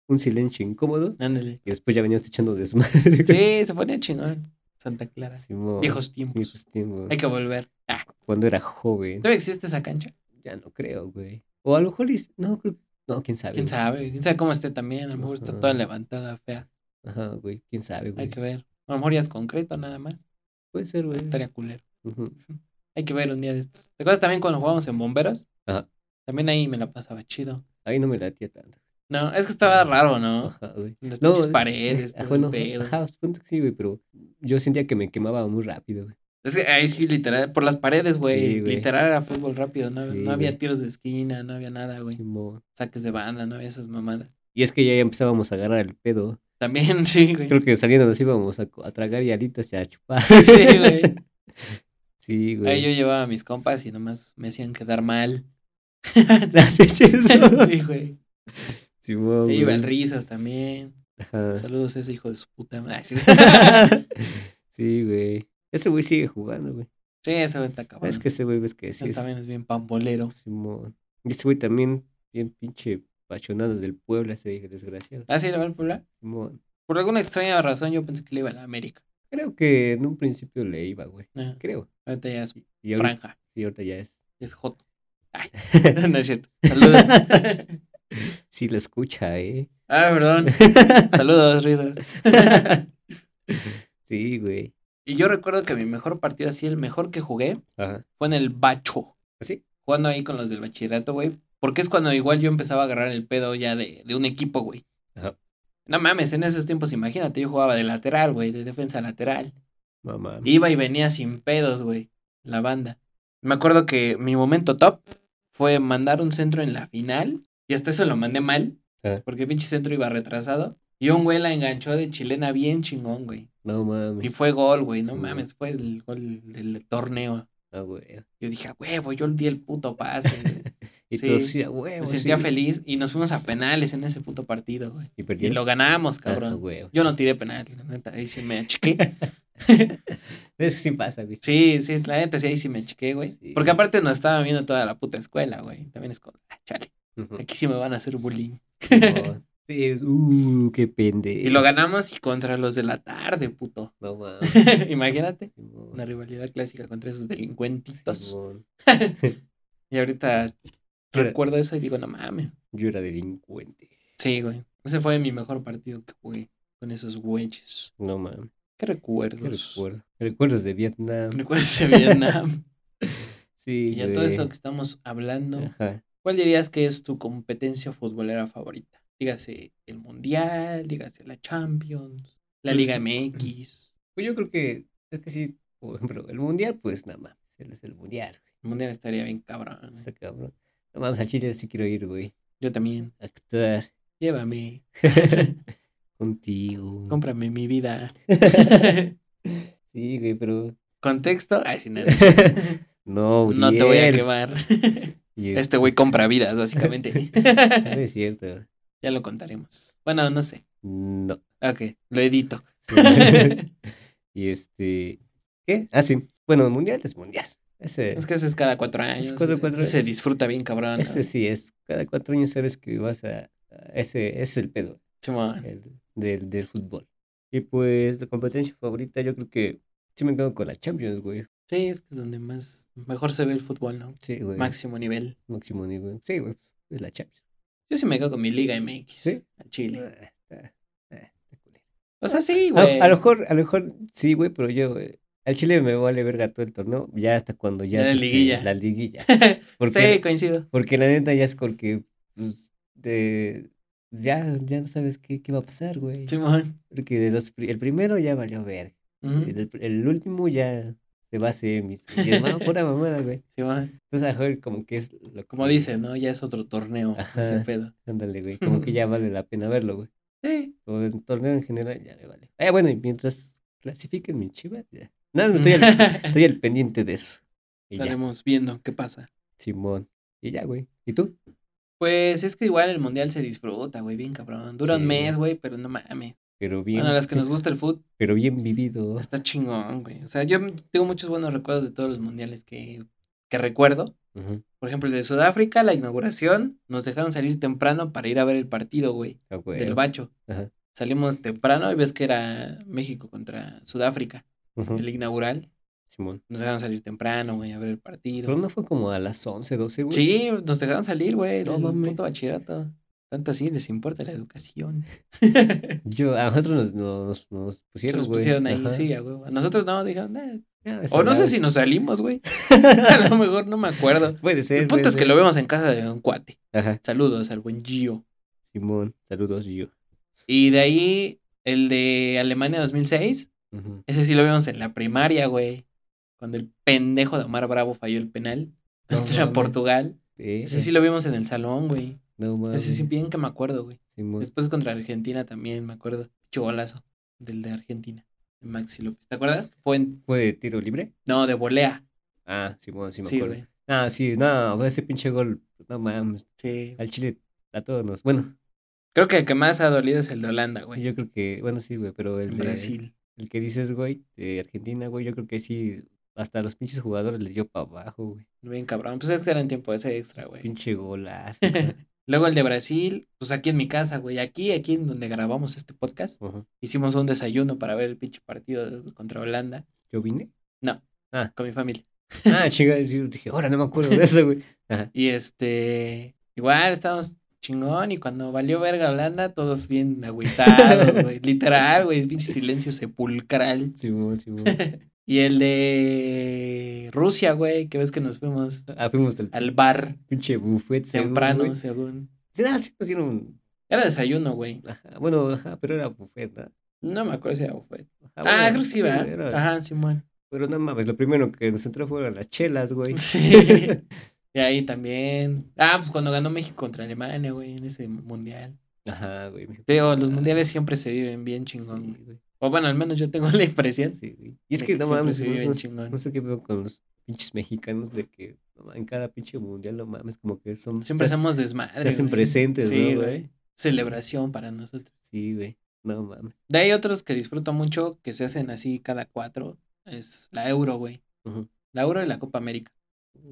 F: un silencio incómodo.
E: Ándale.
F: Y después ya veníamos echando desmadre.
E: Sí, se ponía chingón. Santa Clara.
F: Simón.
E: Viejos tiempos.
F: Viejos tiempos.
E: Hay que volver. Ah,
F: Cuando era joven.
E: ¿Todavía existe esa cancha?
F: Ya no creo, güey. O a lo mejor es- No, creo... No, quién sabe.
E: ¿Quién
F: güey.
E: sabe? ¿Quién sabe cómo esté también? A lo mejor está
F: Ajá.
E: toda levantada, fea.
F: Ajá, güey. Quién sabe, güey.
E: Hay que ver. A lo mejor ya es concreto nada más.
F: Puede ser, güey.
E: Estaría culero.
F: Ujú.
E: Hay que ver un día de estos. ¿Te acuerdas también cuando jugábamos en bomberos?
F: Ajá.
E: También ahí me la pasaba chido.
F: Ahí no me latía tanto.
E: No, es que estaba raro, ¿no?
F: Ajá, güey.
E: Las
F: No,
E: pinches
F: eh,
E: paredes,
F: Ajá,
E: todo el
F: bueno,
E: pedo.
F: ajá, supongo que sí, güey, pero yo sentía que me quemaba muy rápido, güey.
E: Es que ahí sí, literal, por las paredes, güey.
F: Sí, güey.
E: literal era fútbol rápido, no,
F: Sí,
E: no había
F: güey.
E: tiros de esquina, no había nada, Ah, güey.
F: Simón.
E: Saques de banda, no había esas mamadas.
F: Y es que ya empezábamos a agarrar el pedo.
E: También, sí, güey.
F: Creo que saliendo nos íbamos a, co- a tragar y alitas y a chupar.
E: Sí, güey.
F: Sí, güey.
E: Ahí yo llevaba a mis compas y nomás me hacían quedar mal.
F: Ah, Sí, es cierto.
E: sí, güey.
F: Simón,
E: Ahí
F: güey. Ah.
E: iban risas también.
F: Ajá.
E: Saludos a ese hijo de su puta madre. Sí,
F: Sí, güey. Ese güey sigue jugando, güey.
E: ese güey está cabrón.
F: Es que ese güey ves que sí
E: Ese
F: es.
E: también es bien pambolero.
F: Simón. Y ese güey también, bien pinche apasionado del pueblo, ese dije, desgraciado.
E: ¿Ah, sí, le va al Puebla?
F: Simón.
E: Por alguna extraña razón yo pensé que le iba a la América. Ah.
F: Creo que en un principio le iba, güey.
E: Ajá.
F: Creo.
E: Ahorita ya es
F: Y ahorita,
E: franja,
F: sí, ahorita ya es.
E: es joto. Ay, no es cierto. Saludos.
F: Sí, lo escucha, ¿eh?
E: ah, perdón. Saludos, risas.
F: Sí, güey.
E: y yo recuerdo que mi mejor partido, así, el mejor que jugué,
F: Ajá.
E: fue en el Bacho.
F: ¿Ah, ¿Sí?
E: Jugando ahí con los del bachillerato, güey. Porque es cuando igual yo empezaba a agarrar el pedo ya de, de un equipo, güey.
F: Ajá.
E: No mames, en esos tiempos, imagínate, yo jugaba de lateral, güey, de defensa lateral.
F: Mamá.
E: Iba y venía sin pedos, güey, la banda. Me acuerdo que mi momento top fue mandar un centro en la final. Y hasta eso lo mandé mal.
F: Ah.
E: Porque el pinche centro iba retrasado. Y un güey la enganchó de chilena bien chingón, güey.
F: No
E: Y
F: mames.
E: fue gol, güey. No
F: Sí.
E: mames, fue el gol del torneo.
F: No, güey.
E: Yo dije, "A huevo, yo di el puto pase. güey".
F: Y
E: Sí.
F: todo sí, a huevo.
E: Me sentía
F: sí.
E: feliz y nos fuimos a penales en ese puto partido, güey.
F: Y
E: Y
F: perdí.
E: lo ganamos, cabrón.
F: Ah, huevo.
E: Yo no tiré penal, la neta. Ahí sí me achiqué.
F: Eso sí pasa, güey.
E: Sí, sí, la neta sí, ahí sí me chiqué, güey.
F: Sí.
E: Porque aparte nos estaban viendo toda la puta escuela, güey. También es como, ah, chale,
F: Ujú.
E: aquí sí me van a hacer bullying.
F: Simón. Sí, es- uh, qué pendejo.
E: Y lo ganamos y contra los de la tarde, puto.
F: No mames.
E: Imagínate.
F: Simón.
E: Una rivalidad clásica contra esos delincuentitos.
F: Simón.
E: Y ahorita
F: Pero-
E: recuerdo eso y digo, no mames.
F: Yo era delincuente.
E: Sí, güey. Ese fue mi mejor partido que jugué con esos güeyes.
F: No mames.
E: ¿Qué recuerdos?
F: Qué recuerdo. Recuerdos de Vietnam.
E: Recuerdos de Vietnam.
F: Sí,
E: y a todo
F: güey.
E: esto que estamos hablando.
F: Ajá.
E: ¿Cuál dirías que es tu competencia futbolera favorita? Dígase el Mundial, dígase la Champions, la
F: Pues,
E: Liga MX.
F: Pues yo creo que, es que sí, por ejemplo, el mundial, pues nada más. Es el mundial, güey.
E: El Mundial estaría bien cabrón.
F: Está cabrón. No mames, al Chile sí quiero ir, güey.
E: Yo también.
F: A actuar.
E: Llévame,
F: Contigo.
E: cómprame mi vida.
F: Sí, güey, pero.
E: ¿Contexto? Ay, sí, no,
F: No,
E: no, no te voy a
F: Uriel.
E: quemar.
F: Y es-
E: Este güey compra vidas, básicamente.
F: No es cierto.
E: ya lo contaremos. Bueno, no sé.
F: No.
E: Ok, lo edito.
F: y este. ¿Qué? Ah, sí. Bueno, mundial es mundial. Ese,
E: Es que eso es cada cuatro años.
F: cada
E: ese-
F: cuatro
E: ese Se disfruta bien, cabrón. ¿no?
F: ese sí es. Cada cuatro años sabes que vas a. a ese, ese es el pedo
E: Chimón.
F: el- del, del fútbol. Y pues, la competencia favorita, yo creo que. Sí me quedo con la Champions, güey.
E: Sí, es que es donde más mejor se ve el fútbol, ¿no?
F: Sí, güey.
E: Máximo nivel.
F: Máximo nivel. Sí, güey. Es la Champions.
E: Yo sí me quedo con mi Liga MX.
F: ¿Sí?
E: A Chile.
F: Ah, está- ah, está culero.
E: O sea, sí,
F: A-
E: güey.
F: Ah, A, lo mejor, a lo mejor, sí, güey, pero yo, eh, al Chile me vale verga todo el torneo, ya hasta cuando ya,
E: Ya la
F: es, este,
E: liguilla.
F: la liguilla.
E: Sí,
F: Porque,
E: coincido.
F: porque la neta ya es porque, pues, de- ya, ya no sabes qué, qué va a pasar, güey.
E: Simón.
F: Porque de los, pri- el primero ya valió verga,
E: Ujú,
F: el, el último ya se va a hacer mis, mi hermano, pura mamada, güey.
E: Simón.
F: Entonces, a lo mejor como que es lo
E: Como
F: que-
E: dice, ¿no? Ya es otro torneo.
F: Ajá.
E: Ese pedo.
F: Ándale, güey, como que ya vale la pena verlo, güey.
E: Sí.
F: O el torneo en general ya me vale. Ah, bueno, y mientras clasifiquen mi chivas, ya. Nada, me estoy al, estoy al pendiente de eso. Y ya,
E: Estaremos viendo qué pasa.
F: Simón. Y ya, güey. ¿Y tú?
E: Pues es que igual el mundial se disfruta, güey, bien cabrón. Dura
F: Sí.
E: un mes, güey, pero no mames.
F: Pero bien,
E: Bueno, a las que nos gusta el fútbol,
F: pero bien vivido.
E: está chingón, güey. O sea, yo tengo muchos buenos recuerdos de todos los mundiales que, que recuerdo.
F: Ujú,
E: Por ejemplo, el de Sudáfrica, la inauguración, nos dejaron salir temprano para ir a ver el partido, güey,
F: a
E: del
F: huevo.
E: bacho.
F: Ajá.
E: Salimos temprano y ves que era México contra Sudáfrica,
F: Ujú,
E: el inaugural.
F: Simón.
E: Nos dejaron salir temprano, güey, a ver el partido.
F: Pero no fue como a las 11, 12, güey.
E: Sí, nos dejaron salir, güey,
F: No
E: del
F: mames.
E: puto bachillerato. Tanto así les importa la educación.
F: Yo, a nosotros nos, nos, nos
E: Se
F: pusieron,
E: nos
F: güey.
E: pusieron ahí,
F: Ajá.
E: sí, a huevo. A nosotros no, dijeron, "Nah".
F: Ah, esa
E: O no sé
F: madre.
E: si nos salimos, güey. A lo mejor no me acuerdo.
F: Puede ser.
E: El punto
F: puede
E: es que
F: ser.
E: lo vemos en casa de un cuate.
F: Ajá,
E: Saludos al buen Gio.
F: Simón. Saludos, yo.
E: Y de ahí, el de Alemania 2006, ese sí lo vimos en la primaria, güey. Cuando el pendejo de Omar Bravo falló el penal
F: No
E: contra
F: mames.
E: Portugal. Ese sí lo vimos en el salón, güey.
F: No mames. Pues
E: Ese sí bien que me acuerdo, güey.
F: Simón.
E: Después contra Argentina también, me acuerdo. Chugolazo del de Argentina, de Maxi López. ¿Te acuerdas? Fue en...
F: ¿Fue de tiro libre?
E: No, de volea.
F: Ah, Simón, sí me
E: Sí,
F: acuerdo.
E: güey.
F: ah, sí, no, fue ese pinche gol. No mames.
E: Sí.
F: Al Chile, a todos nos. Bueno,
E: Creo que el que más ha dolido es el de Holanda, güey.
F: yo creo que. Bueno, sí, güey, pero el
E: En
F: de-
E: Brasil.
F: El que dices, güey, de Argentina, güey, yo creo que sí. Hasta a los pinches jugadores les dio para abajo, güey.
E: Bien cabrón. Pues es que era en tiempo ese extra, güey.
F: Pinche golazo. güey.
E: Luego el de Brasil, pues aquí en mi casa, güey, aquí, aquí en donde grabamos este podcast,
F: Ajá.
E: hicimos un desayuno para ver el pinche partido de- contra Holanda
F: ¿Yo vine?
E: con mi familia.
F: Ah, chingada, yo dije, ahora no me acuerdo de eso, güey.
E: Y este, igual estábamos chingón y cuando valió verga Holanda, todos bien agüitados, güey, literal, güey, pinche silencio sepulcral.
F: Simón, Simón.
E: Y el de Rusia, güey, que ves que nos fuimos
F: Ah, fuimos al
E: al bar
F: pinche buffet. según,
E: temprano,
F: güey.
E: según.
F: Sí, ah, sí, nos dieron.
E: Era desayuno, güey.
F: Ajá, bueno, ajá, pero era buffet, ¿no?
E: No me acuerdo si era buffet.
F: Ajá,
E: Ah,
F: bueno,
E: creo que sí,
F: sí,
E: ¿verdad?
F: era-
E: Ajá, Simón.
F: Pero no mames, lo primero que nos entró fueron las chelas, güey.
E: Sí. Y ahí también. Ah, pues cuando ganó México contra Alemania, güey, en ese mundial.
F: Ajá, güey. me dijo,
E: Te digo, los
F: Ah.
E: mundiales siempre se viven bien
F: sí,
E: chingón. güey.
F: güey,
E: O bueno, al menos yo tengo la impresión.
F: sí, güey. Y es
E: de
F: que no
E: siempre
F: mames,
E: se
F: no,
E: viven
F: no-
E: chingón.
F: no sé qué veo con los pinches mexicanos de que no mames, en cada pinche mundial, no mames, como que son.
E: Siempre
F: se-
E: hacemos
F: se
E: desmadre.
F: hacen
E: güey.
F: presentes,
E: Sí,
F: ¿no,
E: güey.
F: güey?
E: Celebración para nosotros.
F: Sí, güey. No mames.
E: De ahí otros que disfruto mucho, que se hacen así cada cuatro. Es la Euro, güey.
F: Ujú.
E: La Euro y la Copa América.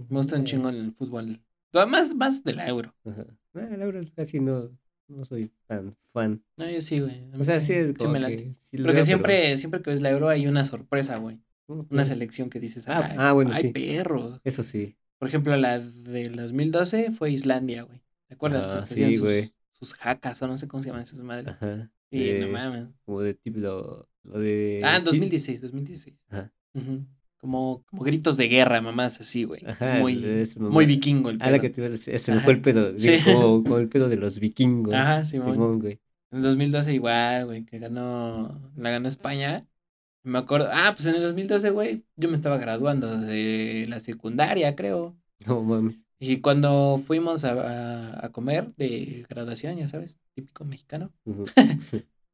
E: Me gusta un
F: Eh,
E: chingón el fútbol. Más, más de la Euro.
F: Ajá. Ah, la verdad, casi no, no soy tan fan.
E: No, yo sí, güey. A mí
F: O sea, sí, es como
E: me
F: que
E: late.
F: sí lo
E: Porque
F: veo,
E: siempre, siempre que ves la Euro hay una sorpresa, güey.
F: pero-
E: una selección que dices,
F: Ah,
E: ay,
F: ah, bueno,
E: ay,
F: sí.
E: perro.
F: Eso sí.
E: Por ejemplo, la del 2012 fue Islandia, güey. ¿Te acuerdas?
F: Ah,
E: Las que
F: sí,
E: hacían sus-
F: güey. Ah, eh,
E: Sus jacas o no sé cómo se llaman esas madres.
F: Ajá.
E: Y no
F: de-
E: mames.
F: Como de tipo lo, lo de.
E: Ah,
F: ti-
E: 2016, 2016.
F: eh, Ajá.
E: Ujú. Como, como gritos de guerra, mamás, así, güey.
F: Ajá,
E: es muy,
F: de esa mamá.
E: muy vikingo el
F: Ah, la
E: pedo.
F: que te iba a decir, Se me
E: Ajá.
F: fue el pedo.
E: Sí.
F: digo, Como, como el pedo de los vikingos.
E: Ajá, Simón.
F: güey.
E: En 2012 igual, güey, que ganó, la ganó España. Me acuerdo, ah, pues en el 2012, güey, yo me estaba graduando de la secundaria, creo.
F: No mames.
E: Y cuando fuimos a, a- a comer de graduación, ya sabes, típico mexicano,
F: Ujú.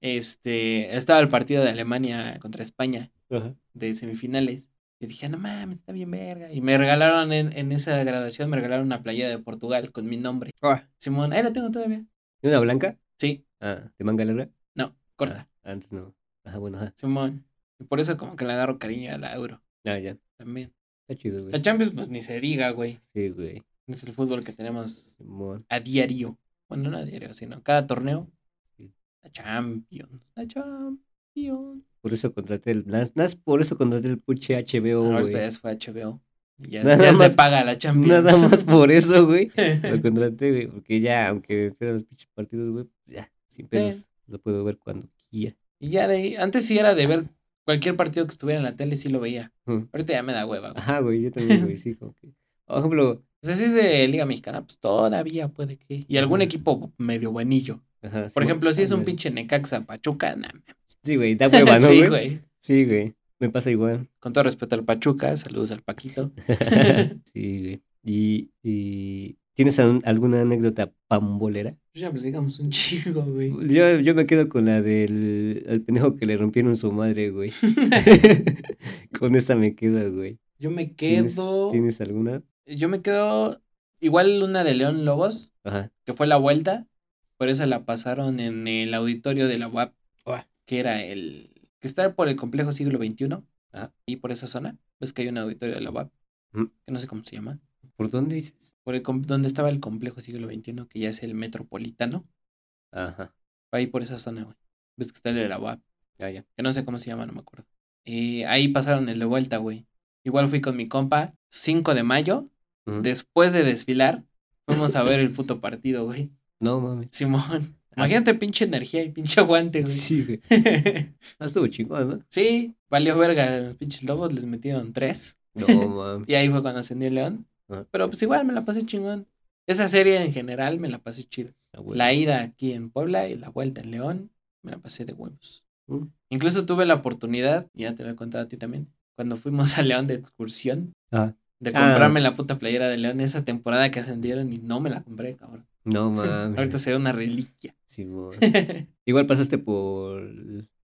E: este, estaba el partido de Alemania contra España
F: Ajá.
E: de semifinales. Y dije, no mames, está bien verga. Y me regalaron en, en esa graduación, me regalaron una playa de Portugal con mi nombre.
F: Ah,
E: Simón, ahí la tengo todavía.
F: ¿y una blanca?
E: Sí,
F: Ah, ¿de manga larga?
E: no, corta.
F: Ah, antes no. Ajá, bueno, ajá.
E: Simón. Y por eso como que le agarro cariño a la Euro
F: Ah, ya.
E: también.
F: Está chido,
E: La
F: güey.
E: Champions, pues ni se diga, güey.
F: Sí, güey.
E: Es el fútbol que tenemos
F: Simón.
E: a diario. Bueno, no a diario, sino cada torneo.
F: Sí.
E: La Champions. La Champions.
F: Por eso contraté el. Nas, nas- por eso contraté el puche HBO,
E: Ahorita
F: güey.
E: ya se fue a HBO. y Ya,
F: Nada
E: ya se
F: más-
E: paga la Champions.
F: Nada más por eso, güey. Lo contraté, güey. Porque ya, aunque fueran los pinches partidos, güey, pues ya, sin pedos. Lo puedo ver cuando quiera.
E: y ya de ahí. Antes sí era de ver cualquier partido que estuviera en la tele, sí lo veía.
F: Ujú.
E: Ahorita ya me da hueva. güey.
F: Ajá, güey, yo también, güey, sí, como que. Por ejemplo,
E: O sea, si es de Liga Mexicana, pues todavía puede que. Y algún
F: Ujú.
E: equipo medio buenillo.
F: ajá,
E: Por
F: Simón,
E: ejemplo, si es un
F: ándale.
E: pinche Necaxa Pachuca, nah, mames.
F: Sí, güey, da hueva, ¿no,
E: Sí,
F: güey?
E: güey.
F: Sí, güey. Me pasa igual.
E: Con todo respeto al Pachuca, saludos al Paquito.
F: sí, güey. Y, y ¿tienes algún- alguna anécdota pambolera?
E: Ya platicamos un chico, güey.
F: Yo, yo me quedo con la del al pendejo que le rompieron su madre, güey. con esa me quedo, güey.
E: Yo me
F: ¿Tienes-
E: quedo.
F: ¿Tienes alguna?
E: Yo me quedo Igual una de León Lobos,
F: Ajá.
E: que fue la vuelta, por eso la pasaron en el auditorio de la UAP, que era el que está por el complejo siglo XXI
F: Ajá. Mm.
E: y por esa zona. Ves que hay un auditorio de la UAP,
F: Ujú.
E: que no sé cómo se llama,
F: ¿Por dónde dices?
E: por el com- donde estaba el complejo siglo XXI, que ya es el metropolitano,
F: Ajá.
E: ahí por esa zona, güey. Ves que está el de la UAP,
F: Ya, ya.
E: que no sé cómo se llama, no me acuerdo. Eh, ahí pasaron el de vuelta, güey. Igual fui con mi compa, 5 de mayo,
F: Ujú.
E: después de desfilar, fuimos a ver el puto partido, güey.
F: No mames.
E: Simón. Imagínate pinche energía y pinche aguante, güey. Sí.
F: Sí, güey. No Ah, estuvo chingón, ¿no?
E: valió verga. Los pinches lobos les metieron tres.
F: No mames.
E: Y ahí fue cuando ascendió el León.
F: Ajá.
E: Pero pues igual me la pasé chingón. Esa serie en general me la pasé chido. La ida aquí en Puebla y la vuelta en León, me la pasé de huevos.
F: Mm.
E: Incluso tuve la oportunidad, ya te lo he contado a ti también, cuando fuimos a León de excursión,
F: Ah.
E: de
F: Ah.
E: comprarme la puta playera de León esa temporada que ascendieron y no me la compré, cabrón.
F: No mames.
E: Ahorita sería una reliquia.
F: Sí, güey. Igual pasaste por.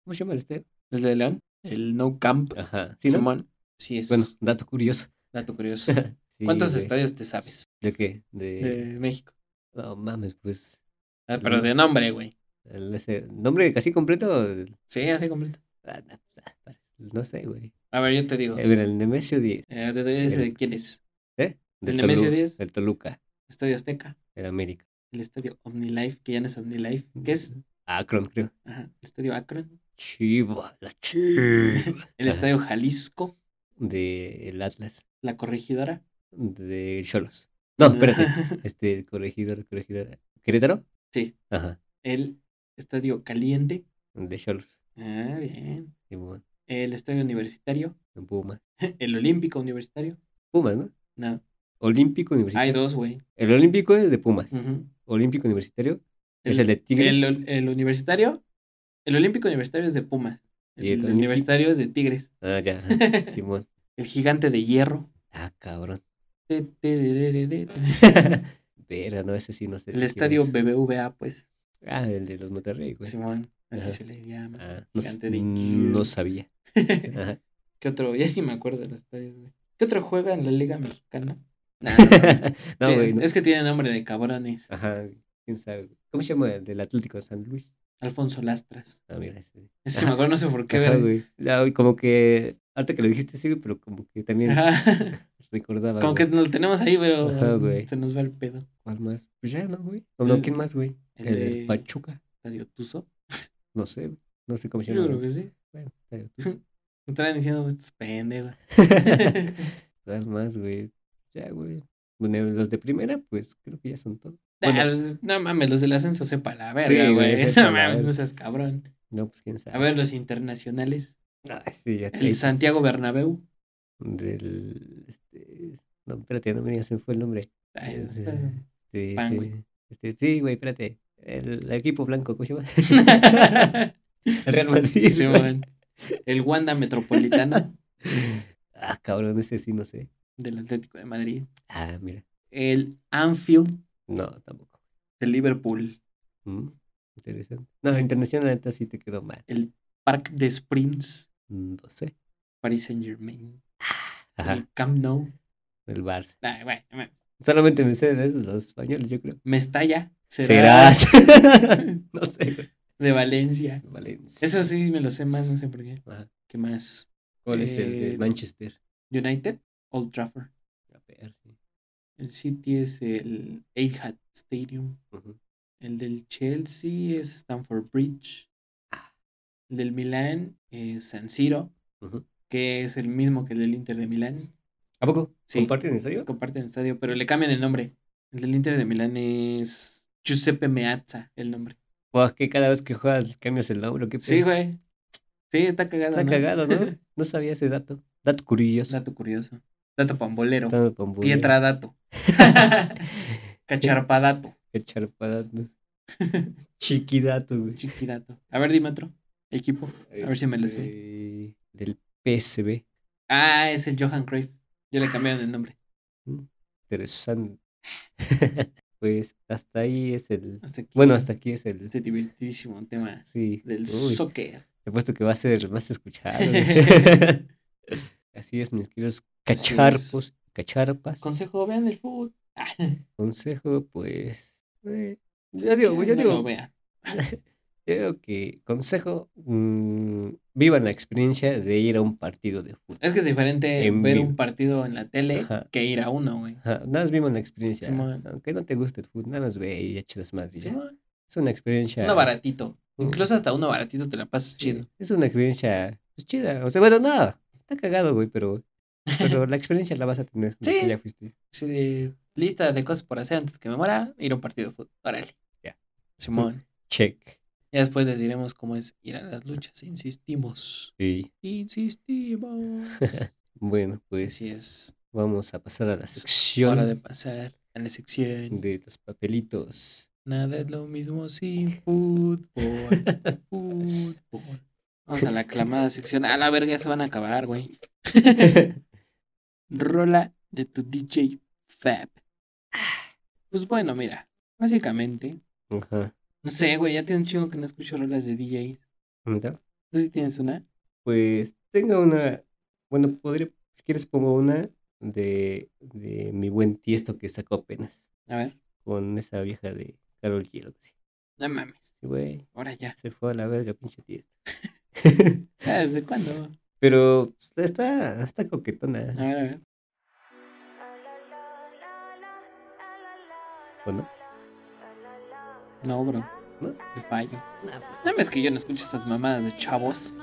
F: ¿Cómo se llama el estadio?
E: ¿El de León? El No Camp.
F: Ajá. Sí, ¿no?
E: Simón. Sí, es
F: Bueno, dato curioso.
E: dato curioso.
F: Sí,
E: ¿Cuántos
F: güey.
E: estadios te sabes
F: ¿De qué? De.
E: de México?
F: No mames, pues.
E: Ah, pero de nombre, güey.
F: el- ese- ¿Nombre casi completo?
E: Sí, así completo.
F: Ah, no, pues, ah, parece- no sé, güey.
E: A ver, yo te digo.
F: A ver, el Nemesio 10.
E: Eh, ¿de- de- ese de quién es?
F: ¿Eh? Del
E: ¿El Nemesio
F: Tolu-
E: 10?
F: Del Toluca,
E: Estadio Azteca.
F: del América.
E: El estadio OmniLife, que ya no es OmniLife. ¿Qué es?
F: Mm. Akron, creo.
E: Ajá, estadio Akron.
F: Chiva, la chiva.
E: El
F: Ajá.
E: estadio Jalisco.
F: Del Atlas.
E: La Corregidora.
F: De Cholos. No, Oh, espérate. Este, corregidor, corregidor. ¿Querétaro?
E: Sí.
F: Ajá.
E: El estadio Caliente.
F: De Cholos.
E: Ah, bien.
F: Simón,
E: El estadio Universitario.
F: en Pumas.
E: El Olímpico Universitario.
F: Pumas, ¿no?
E: No,
F: Olímpico
E: hay
F: Universitario.
E: dos, güey.
F: El Olímpico es de Pumas.
E: Ujú.
F: Olímpico Universitario es el de Tigres.
E: El, el universitario, el olímpico universitario es de Pumas. El,
F: ¿Y el olímpico?
E: universitario es de Tigres.
F: Ah, ya. ajá, Simón.
E: El gigante de hierro.
F: Ah, cabrón.
E: Te, te, re, re, re, re.
F: Pero no, ese sí no sé. de
E: El
F: quién
E: estadio
F: es.
E: BBVA, pues.
F: Ah, el de los Monterrey, güey.
E: Simón, así
F: Pues, Ajá.
E: se le llama.
F: Ah, no,
E: gigante
F: s- mm,
E: de
F: no
E: hierro.
F: sabía. Ajá.
E: ¿Qué otro? Ya ni me acuerdo de los estadios, güey. ¿Qué otro juega en la Liga Mexicana? Nah,
F: no,
E: te-
F: güey. no.
E: Es que tiene nombre de cabrones.
F: Ajá, quién sabe. güey. ¿Cómo se llama el del Atlético de San Luis?
E: Alfonso Lastras.
F: Ah, mira, ese.
E: Ese
F: Ajá.
E: me acuerdo, no sé por qué.
F: Ajá,
E: verga.
F: güey. Ya, güey, como que. Ahorita que lo dijiste, sí, güey, pero como que también
E: Ajá.
F: recordaba.
E: Como que
F: güey.
E: nos lo tenemos ahí, pero
F: Ajá, güey.
E: se nos va el pedo.
F: ¿Cuál más? Pues ya, ¿no, güey? ¿O no,
E: El-
F: quién más, güey?
E: el
F: El,
E: de-
F: del Pachuca.
E: Estadio Tuzo.
F: No sé, güey. No sé cómo se
E: Yo
F: llama.
E: creo
F: güey.
E: que sí.
F: Bueno, pero-
E: Me estaban diciendo estos pendejos.
F: ¿Cuál más, güey? Ya, güey. Bueno, los de primera, pues creo que ya son todos.
E: Ah,
F: Bueno.
E: los- no mames, los del ascenso sepa la
F: Sí,
E: verga,
F: güey,
E: güey.
F: sepa
E: No
F: la
E: mames, no
F: verga.
E: seas cabrón.
F: No, pues quién sabe.
E: A ver, los internacionales.
F: Ah, sí, ya
E: El
F: traes-
E: Santiago Bernabéu.
F: Del. Este... No, espérate, no me digas, se me fue el nombre.
E: Ay,
F: Eh,
E: estás-
F: Este,
E: Pan, güey.
F: este, este, sí, güey, espérate. El equipo blanco, ¿cómo se llama? El Real Madrid.
E: Sí,
F: güey.
E: man. El Wanda Metropolitano
F: Ah, cabrón, ese sí, no sé.
E: del Atlético de Madrid.
F: Ah, mira.
E: El Anfield
F: No, tampoco.
E: del Liverpool.
F: Mm, Interesante. No, internacional, neta, sí te quedó mal.
E: El Parc des Princes.
F: Mm, No sé.
E: Paris Saint Germain.
F: Ajá,
E: El Camp Nou.
F: el Barça.
E: Ay, güey, no mames.
F: Solamente me sé de esos los españoles, yo creo.
E: Mestalla.
F: Serás.
E: Serás.
F: no sé, güey.
E: De Valencia.
F: Valencia.
E: Eso sí me lo sé más, no sé por qué.
F: Ajá.
E: ¿Qué más?
F: ¿Cuál es el
E: Eh,
F: de Manchester?
E: United, Old Trafford.
F: A ver, sí.
E: El City es el Etihad Stadium.
F: Ujú.
E: El del Chelsea es Stamford Bridge. El del Milán es San Siro,
F: Ujú.
E: que es el mismo que el del Inter de Milán.
F: ¿A poco?
E: Sí.
F: ¿Comparten en serio?
E: Comparten el estadio, pero le cambian el nombre. El del Inter de Milán es Giuseppe Meazza, el nombre.
F: Pues que cada vez que juegas cambias el nombre, ¿o ¿qué
E: Sí,
F: pedo?
E: güey. Sí, está cagado.
F: Está
E: ¿no?
F: cagado, ¿no? No sabía ese dato. Dato curioso.
E: Dato curioso. Dato pambolero.
F: Dato pambolero.
E: Pietra dato. Cacharpadato.
F: Qué charpadato. Chiquidato, güey.
E: Chiquidato. A ver, dime otro. Equipo. A ver si me lo sé.
F: Este, Del PSB.
E: Ah, es el Johan Cruyff. Yo le cambiaron el nombre.
F: Interesante. pues hasta ahí es el.
E: Hasta aquí.
F: Bueno, hasta aquí es el.
E: Este divertidísimo tema
F: Sí.
E: del
F: Uy,
E: soccer.
F: te puesto que va a ser el más escuchado. güey. Así es, mis queridos cacharpos, cacharpas.
E: Consejo, vean el fútbol. Ah,
F: Consejo, pues. eh, yo digo, güey, yo
E: No
F: digo,
E: lo vean.
F: yo digo que consejo, mm, vivan la experiencia de ir a un partido de fútbol.
E: Es que es diferente
F: En
E: ver
F: vivo.
E: un partido en la tele
F: Ajá.
E: que ir a uno, güey.
F: Ajá, nada más vivan la experiencia.
E: Simón.
F: Aunque no te guste el fútbol, nada más ve y eches más.
E: Sí,
F: Es
E: ¿no?
F: una experiencia.
E: Uno baratito.
F: Mm.
E: Incluso hasta uno baratito te la pasas
F: Sí,
E: chido.
F: Es una experiencia pues, chida. O sea, bueno, nada. Está cagado, güey, pero, pero la experiencia la vas a tener. de que
E: Sí.
F: ya fuiste.
E: Sí, de- lista de cosas por hacer antes que me muera, ir a un partido de fútbol. Órale.
F: Ya.
E: Simón.
F: Check.
E: Ya después les diremos cómo es ir a las luchas. Insistimos.
F: Sí.
E: Insistimos.
F: Bueno, pues
E: Así es.
F: vamos a pasar a la
E: Hora
F: sección
E: de
F: de...
E: pasar a la sección.
F: los papelitos.
E: Nada es lo mismo sin fútbol. fútbol. Vamos a la aclamada sección. A la verga, ya se van a acabar, güey. Rola de tu DJ Fab. Pues bueno, mira. Básicamente,
F: Ajá.
E: no sé, güey, ya tiene un chingo que no escucho rolas de DJs.
F: ¿Anda?
E: ¿Tú sí tienes una?
F: Pues tengo una... Bueno, podría... Si quieres pongo una de, de mi buen tiesto que sacó apenas.
E: A ver.
F: Con esa vieja de Carol G. algo así.
E: No mames.
F: Sí, güey.
E: Ahora ya.
F: Se fue a la verga, pinche tiesto.
E: Ah, ¿Desde cuándo?
F: Pero pues, está, está coquetona,
E: A ver, a ver.
F: ¿o no?
E: No, bro.
F: ¿No?
E: Te fallo. No es que yo no escucho estas mamadas de chavos.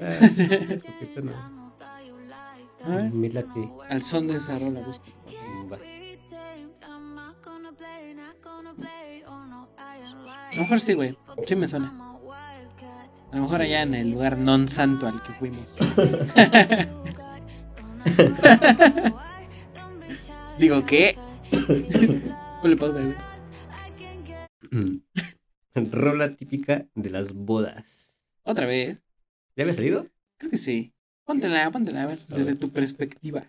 F: Ah, está coquetona.
E: A ver.
F: Me late.
E: Al son de esa rola, busco.
F: Va.
E: A lo mejor sí, güey. Sí me suena. A lo mejor allá en el lugar non santo al que fuimos. Digo, ¿qué? Ponle pausa, güey.
F: Rola típica de las bodas.
E: Otra vez.
F: ¿Ya había salido?
E: Creo que sí. Póntela, póntela, a ver, desde tu perspectiva.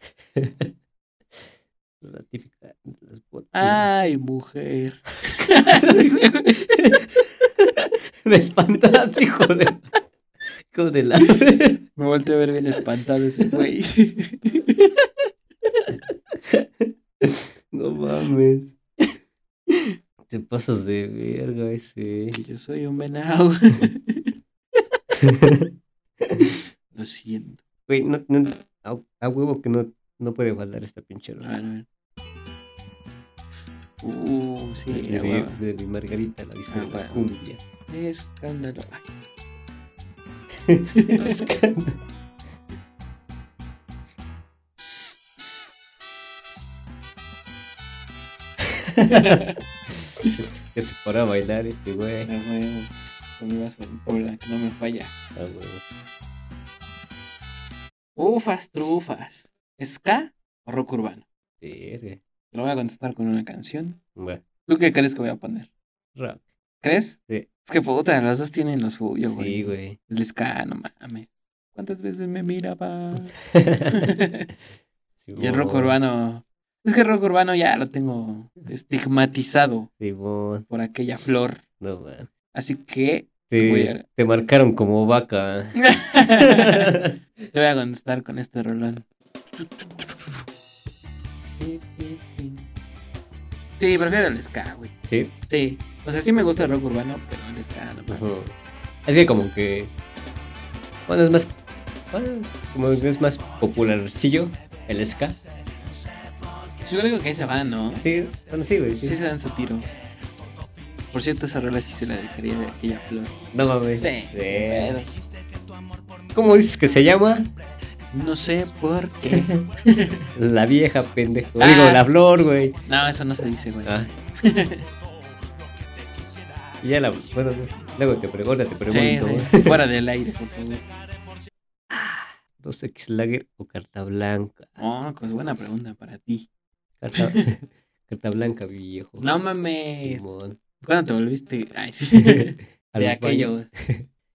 F: Rola típica de las bodas.
E: Ay, mujer.
F: Me espantaste, hijo de... Hijo de la...
E: Me volteé a ver bien espantado ese güey.
F: No mames. Te pasas de verga ese.
E: Que yo soy un venado. Lo siento.
F: Güey, no, no- a, a huevo que no, no puede faltar esta pinche
E: A
F: rola.
E: ver, a ver. Uh, sí,
F: de,
E: a
F: mi,
E: huevo.
F: de mi Margarita, la dice
E: Ah,
F: la
E: bueno.
F: cumbia.
E: Escándalo. Ay,
F: que se para a bailar este güey.
E: a huevo. Con mi vaso de cola, que no me falla.
F: Ah, huevo.
E: Ufas, trufas. ¿Ska o rock urbano?
F: Verga.
E: Te lo voy a contestar con una canción.
F: Bueno,
E: ¿Tú qué crees que voy a poner?
F: rock.
E: ¿Crees?
F: Sí.
E: Es que puta, las dos tienen lo suyo, güey.
F: Sí, güey.
E: El ska, no mames. ¿Cuántas veces me miraba? y el rock
F: Simón,
E: urbano. Es que el rock urbano ya lo tengo estigmatizado
F: Simón,
E: por aquella flor.
F: no mames.
E: Así que voy
F: Te,
E: a-
F: te marcaron como vaca.
E: te voy a contestar con este rolón. Sí, prefiero el ska, güey.
F: sí.
E: Sí. O sea, sí me gusta el rock urbano, pero el ska no mames.
F: Ajá. Así que como que. Bueno, es más. bueno, como que es más popularcillo el ska.
E: Yo creo que ahí se va, ¿no?
F: Sí, bueno, sí, güey. Sí.
E: Sí se dan su tiro. Por cierto, esa rola sí se la dedicaría de aquella flor.
F: No mames.
E: Sí, sin
F: Verga.
E: pedo.
F: ¿Cómo dices que se llama?
E: No sé por qué.
F: La vieja pendejo.
E: Ah.
F: Digo, la flor, güey.
E: No, eso no se dice, güey.
F: Ah. y ya la. Bueno, luego te pregunto, te
E: sí,
F: pregunto.
E: sí,
F: güey.
E: fuera del aire, por favor.
F: 2X Lager o carta blanca.
E: Oh, pues buena pregunta para ti.
F: Carta, carta blanca, viejo.
E: No mames.
F: Simón.
E: ¿Cuándo te volviste? Ay, sí.
F: Al
E: De
F: baño.
E: aquellos.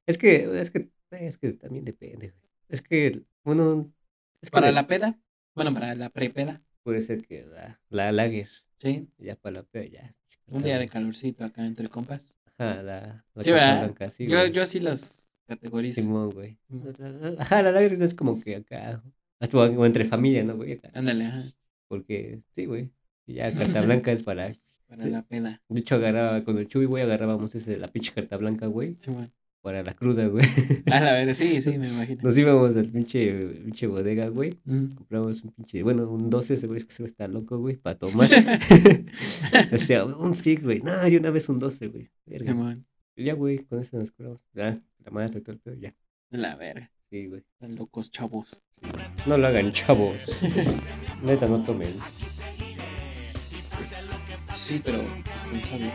F: Es que, es que, es que también depende, güey. Es que, bueno, es que
E: ¿Para
F: de-
E: la peda? Bueno, para la prepeda.
F: puede ser que la, la lager,
E: Sí.
F: ya para la peda, ya.
E: Un día de calorcito acá entre compas.
F: Ajá, la, la
E: Sí,
F: carta
E: ¿verdad?
F: blanca, sí,
E: Yo,
F: güey.
E: yo así las categorizo.
F: Simón, güey.
E: Simón.
F: Ajá, la lager no es como que acá, hasta o entre familia, ¿no, güey? Acá.
E: Ándale, ajá.
F: Porque, sí, güey. Y ya, carta blanca es para.
E: Para la peda.
F: De hecho, agarraba, con el Chuy, güey, agarrábamos ese, la pinche carta blanca, güey,
E: Simón.
F: para la cruda, güey.
E: A la ver, sí, sí, me imagino.
F: Nos íbamos al pinche, pinche bodega, güey.
E: Mm.
F: Compramos un pinche, bueno, un 12, ese güey es que se está loco, güey, para tomar. o sea, un SIG, güey. No, yo una vez un 12, güey. Verga.
E: Simón.
F: Y Ya, güey, con eso nos curamos. Ya, la madre, todo el pedo, ya.
E: A la verga.
F: Sí, güey.
E: Están locos chavos.
F: No lo hagan, chavos. Neta, no tomen.
E: Sí, pero quién sabe.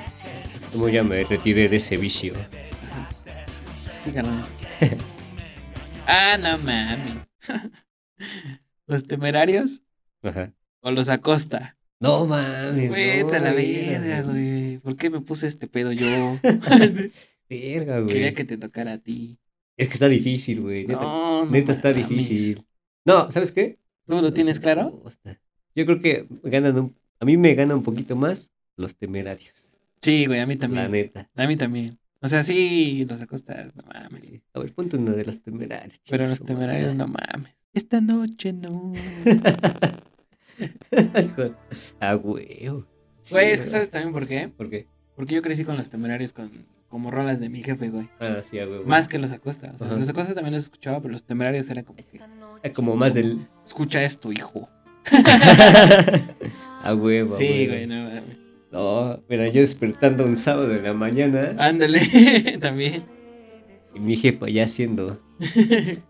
F: Como ya me retiré de ese vicio.
E: Sí, carnal. ah, no mames. los temerarios
F: Ajá.
E: o los acosta.
F: No mames. no,
E: Vete a la verga, güey. ¿Por qué me puse este pedo yo? Quería
F: Verga, güey.
E: que te tocara a ti.
F: Es que está difícil, güey. Neta,
E: No, no
F: neta está
E: mames.
F: difícil. No, ¿sabes qué?
E: ¿Tú lo tienes claro?
F: Hostia. Yo creo que ganan un- a mí me gana un poquito más los temerarios.
E: Sí, güey, a mí
F: La
E: también.
F: neta.
E: A mí también. O sea, sí, los acosta, no mames.
F: Sí. A ver, ponte una de los temerarios.
E: Pero
F: chingue
E: los
F: su
E: temerarios, no mames. Esta noche no.
F: madre. ah, güey.
E: Güey, es que sabes también por qué.
F: ¿Por qué?
E: Porque yo crecí con los temerarios con, como rolas de mi jefe, güey.
F: Ah, sí, ah, güey. güey.
E: Más que los acosta. O sea,
F: Ajá.
E: los acosta también los escuchaba, pero los temerarios era como que.
F: Ah, Como más del.
E: Escucha esto, hijo.
F: ah, huevo. a
E: Sí,
F: huevo.
E: güey, no mames.
F: No, mira, yo despertando un sábado en la
E: Ah.
F: mañana
E: Ándale, también.
F: y mi jefa ya haciendo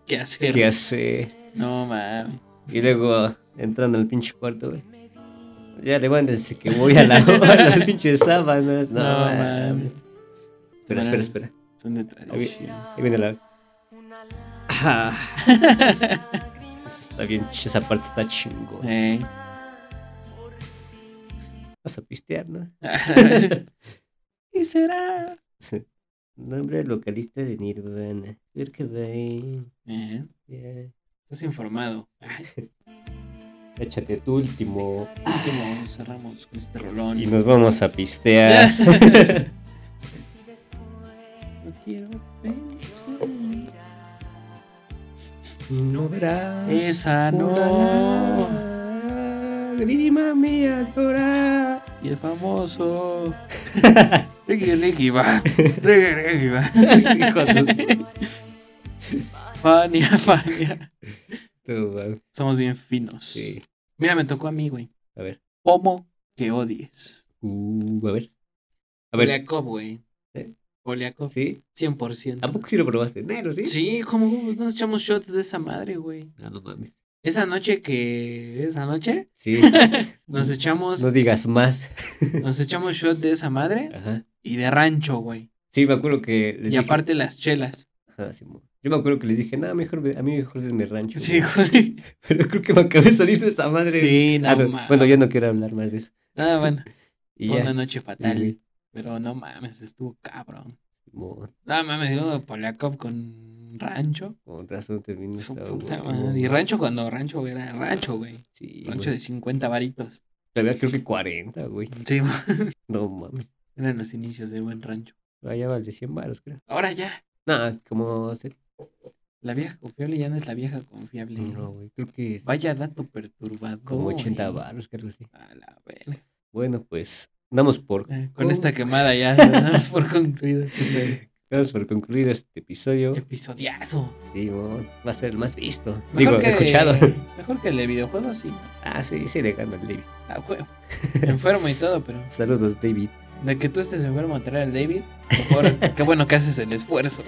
E: ¿Qué hacer?
F: qué hacer.
E: No mames.
F: Y luego entrando al pinche cuarto, güey. Ya levántense que voy a la hora, las pinches sábanas. No,
E: No,
F: mames.
E: mames.
F: Espera, espera, espera.
E: Son de
F: Ahí, vi-
E: tradición.
F: ahí viene la. Ah. está bien, ch- esa parte está chingón.
E: Ey.
F: Vas a pistear, ¿no?
E: ¿Y será?
F: Nombre localista de Nirvana. Ver que ve.
E: Eh,
F: Ya.
E: estás informado.
F: Échate tu último.
E: Último, cerramos con este rolón.
F: Y nos vamos a pistear.
E: No quiero pensar.
F: No verás.
E: Esa no.
F: una Lágrima mía llorar.
E: Y el famoso. Ricky, Ricky, va. Ricky, Ricky, va. Fania, Fania.
F: Tú, va.
E: Somos bien finos.
F: Sí.
E: Mira, me tocó a mí, güey.
F: A ver.
E: Pomo que odies.
F: Uh, a ver. A ver.
E: Poliakov, güey.
F: ¿Eh?
E: Poliakov,
F: ¿Sí?
E: 100%.
F: ¿A poco sí lo probaste? Nero, ¿sí? Ah,
E: Sí, como nos echamos shots de esa madre, güey.
F: No, no mames.
E: Esa noche que. Esa noche.
F: Sí.
E: Nos echamos.
F: no digas más.
E: Nos echamos shot de esa madre
F: Ajá.
E: y de rancho, güey.
F: Sí, me acuerdo que les
E: Y
F: dije-
E: aparte las chelas.
F: Ajá, sí, mo- yo me acuerdo que les dije, no, mejor, ve- a mí mejor denme rancho.
E: Sí,
F: güey".
E: güey.
F: Pero creo que me acabé solito esa madre.
E: Sí, no
F: Ah, no,
E: mames.
F: bueno, yo no quiero hablar más de eso.
E: Ah, bueno.
F: Y
E: Fue
F: ya.
E: una noche fatal.
F: Sí,
E: Pero no mames, estuvo cabrón.
F: mo-
E: No mames, y luego Poliakov con rancho.
F: Con razón terminé
E: Su
F: esta
E: puta
F: güey, no
E: madre. Y
F: mames.
E: rancho cuando rancho era rancho, güey.
F: Sí,
E: Rancho
F: güey.
E: de 50 varitos.
F: Había creo que 40, güey.
E: Sí, güey.
F: No mames.
E: Eran los inicios del buen rancho.
F: Allá vale 100 baros, creo.
E: Ahora ya.
F: Nada, como. se-
E: La vieja confiable ya no es la vieja confiable.
F: No, güey. Creo que es
E: Vaya dato perturbador.
F: como 80
E: eh.
F: baros, creo que sí.
E: A la verga.
F: Bueno, pues. Damos por,
E: Eh, Con esta quemada ya damos por concluido este
F: damos por concluido este episodio.
E: episodiazo.
F: Sí, mo- va a ser el más visto.
E: Mejor
F: Digo,
E: que-
F: escuchado.
E: Mejor que el de videojuegos, sí.
F: Ah, sí, sí, le gano al David.
E: A juego. Ah, Enfermo y todo, pero
F: Saludos, David.
E: de que tú estés enfermo a traer al David, mejor. Qué bueno que haces el esfuerzo.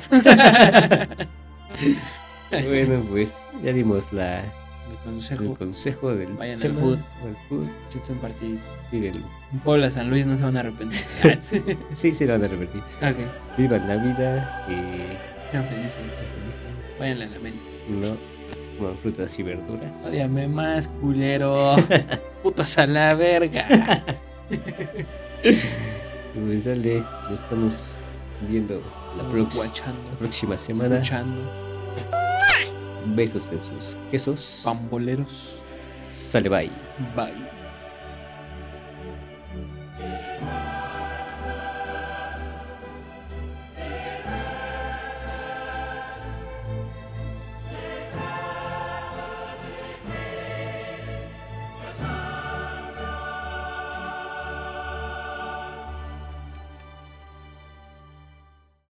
F: Bueno, pues ya dimos la,
E: El
F: el
E: consejo.
F: pues. consejo del.
E: Vayan al
F: tema,
E: food.
F: al food.
E: Chutes en partidito.
F: Viven.
E: En Puebla, San Luis, no se van a arrepentir.
F: Sí, sí, lo van a revertir.
E: ok.
F: Vivan la vida y.
E: Sean felices. Vayan a la América.
F: No coman frutas y verduras.
E: Ódiame más, culero. Putos a la verga.
F: Pues dale, nos estamos viendo la,
E: Estamos
F: prox-
E: guachando,
F: la próxima semana.
E: escuchando,
F: Besos en sus quesos.
E: pamboleros.
F: Sale bye.
E: Bye.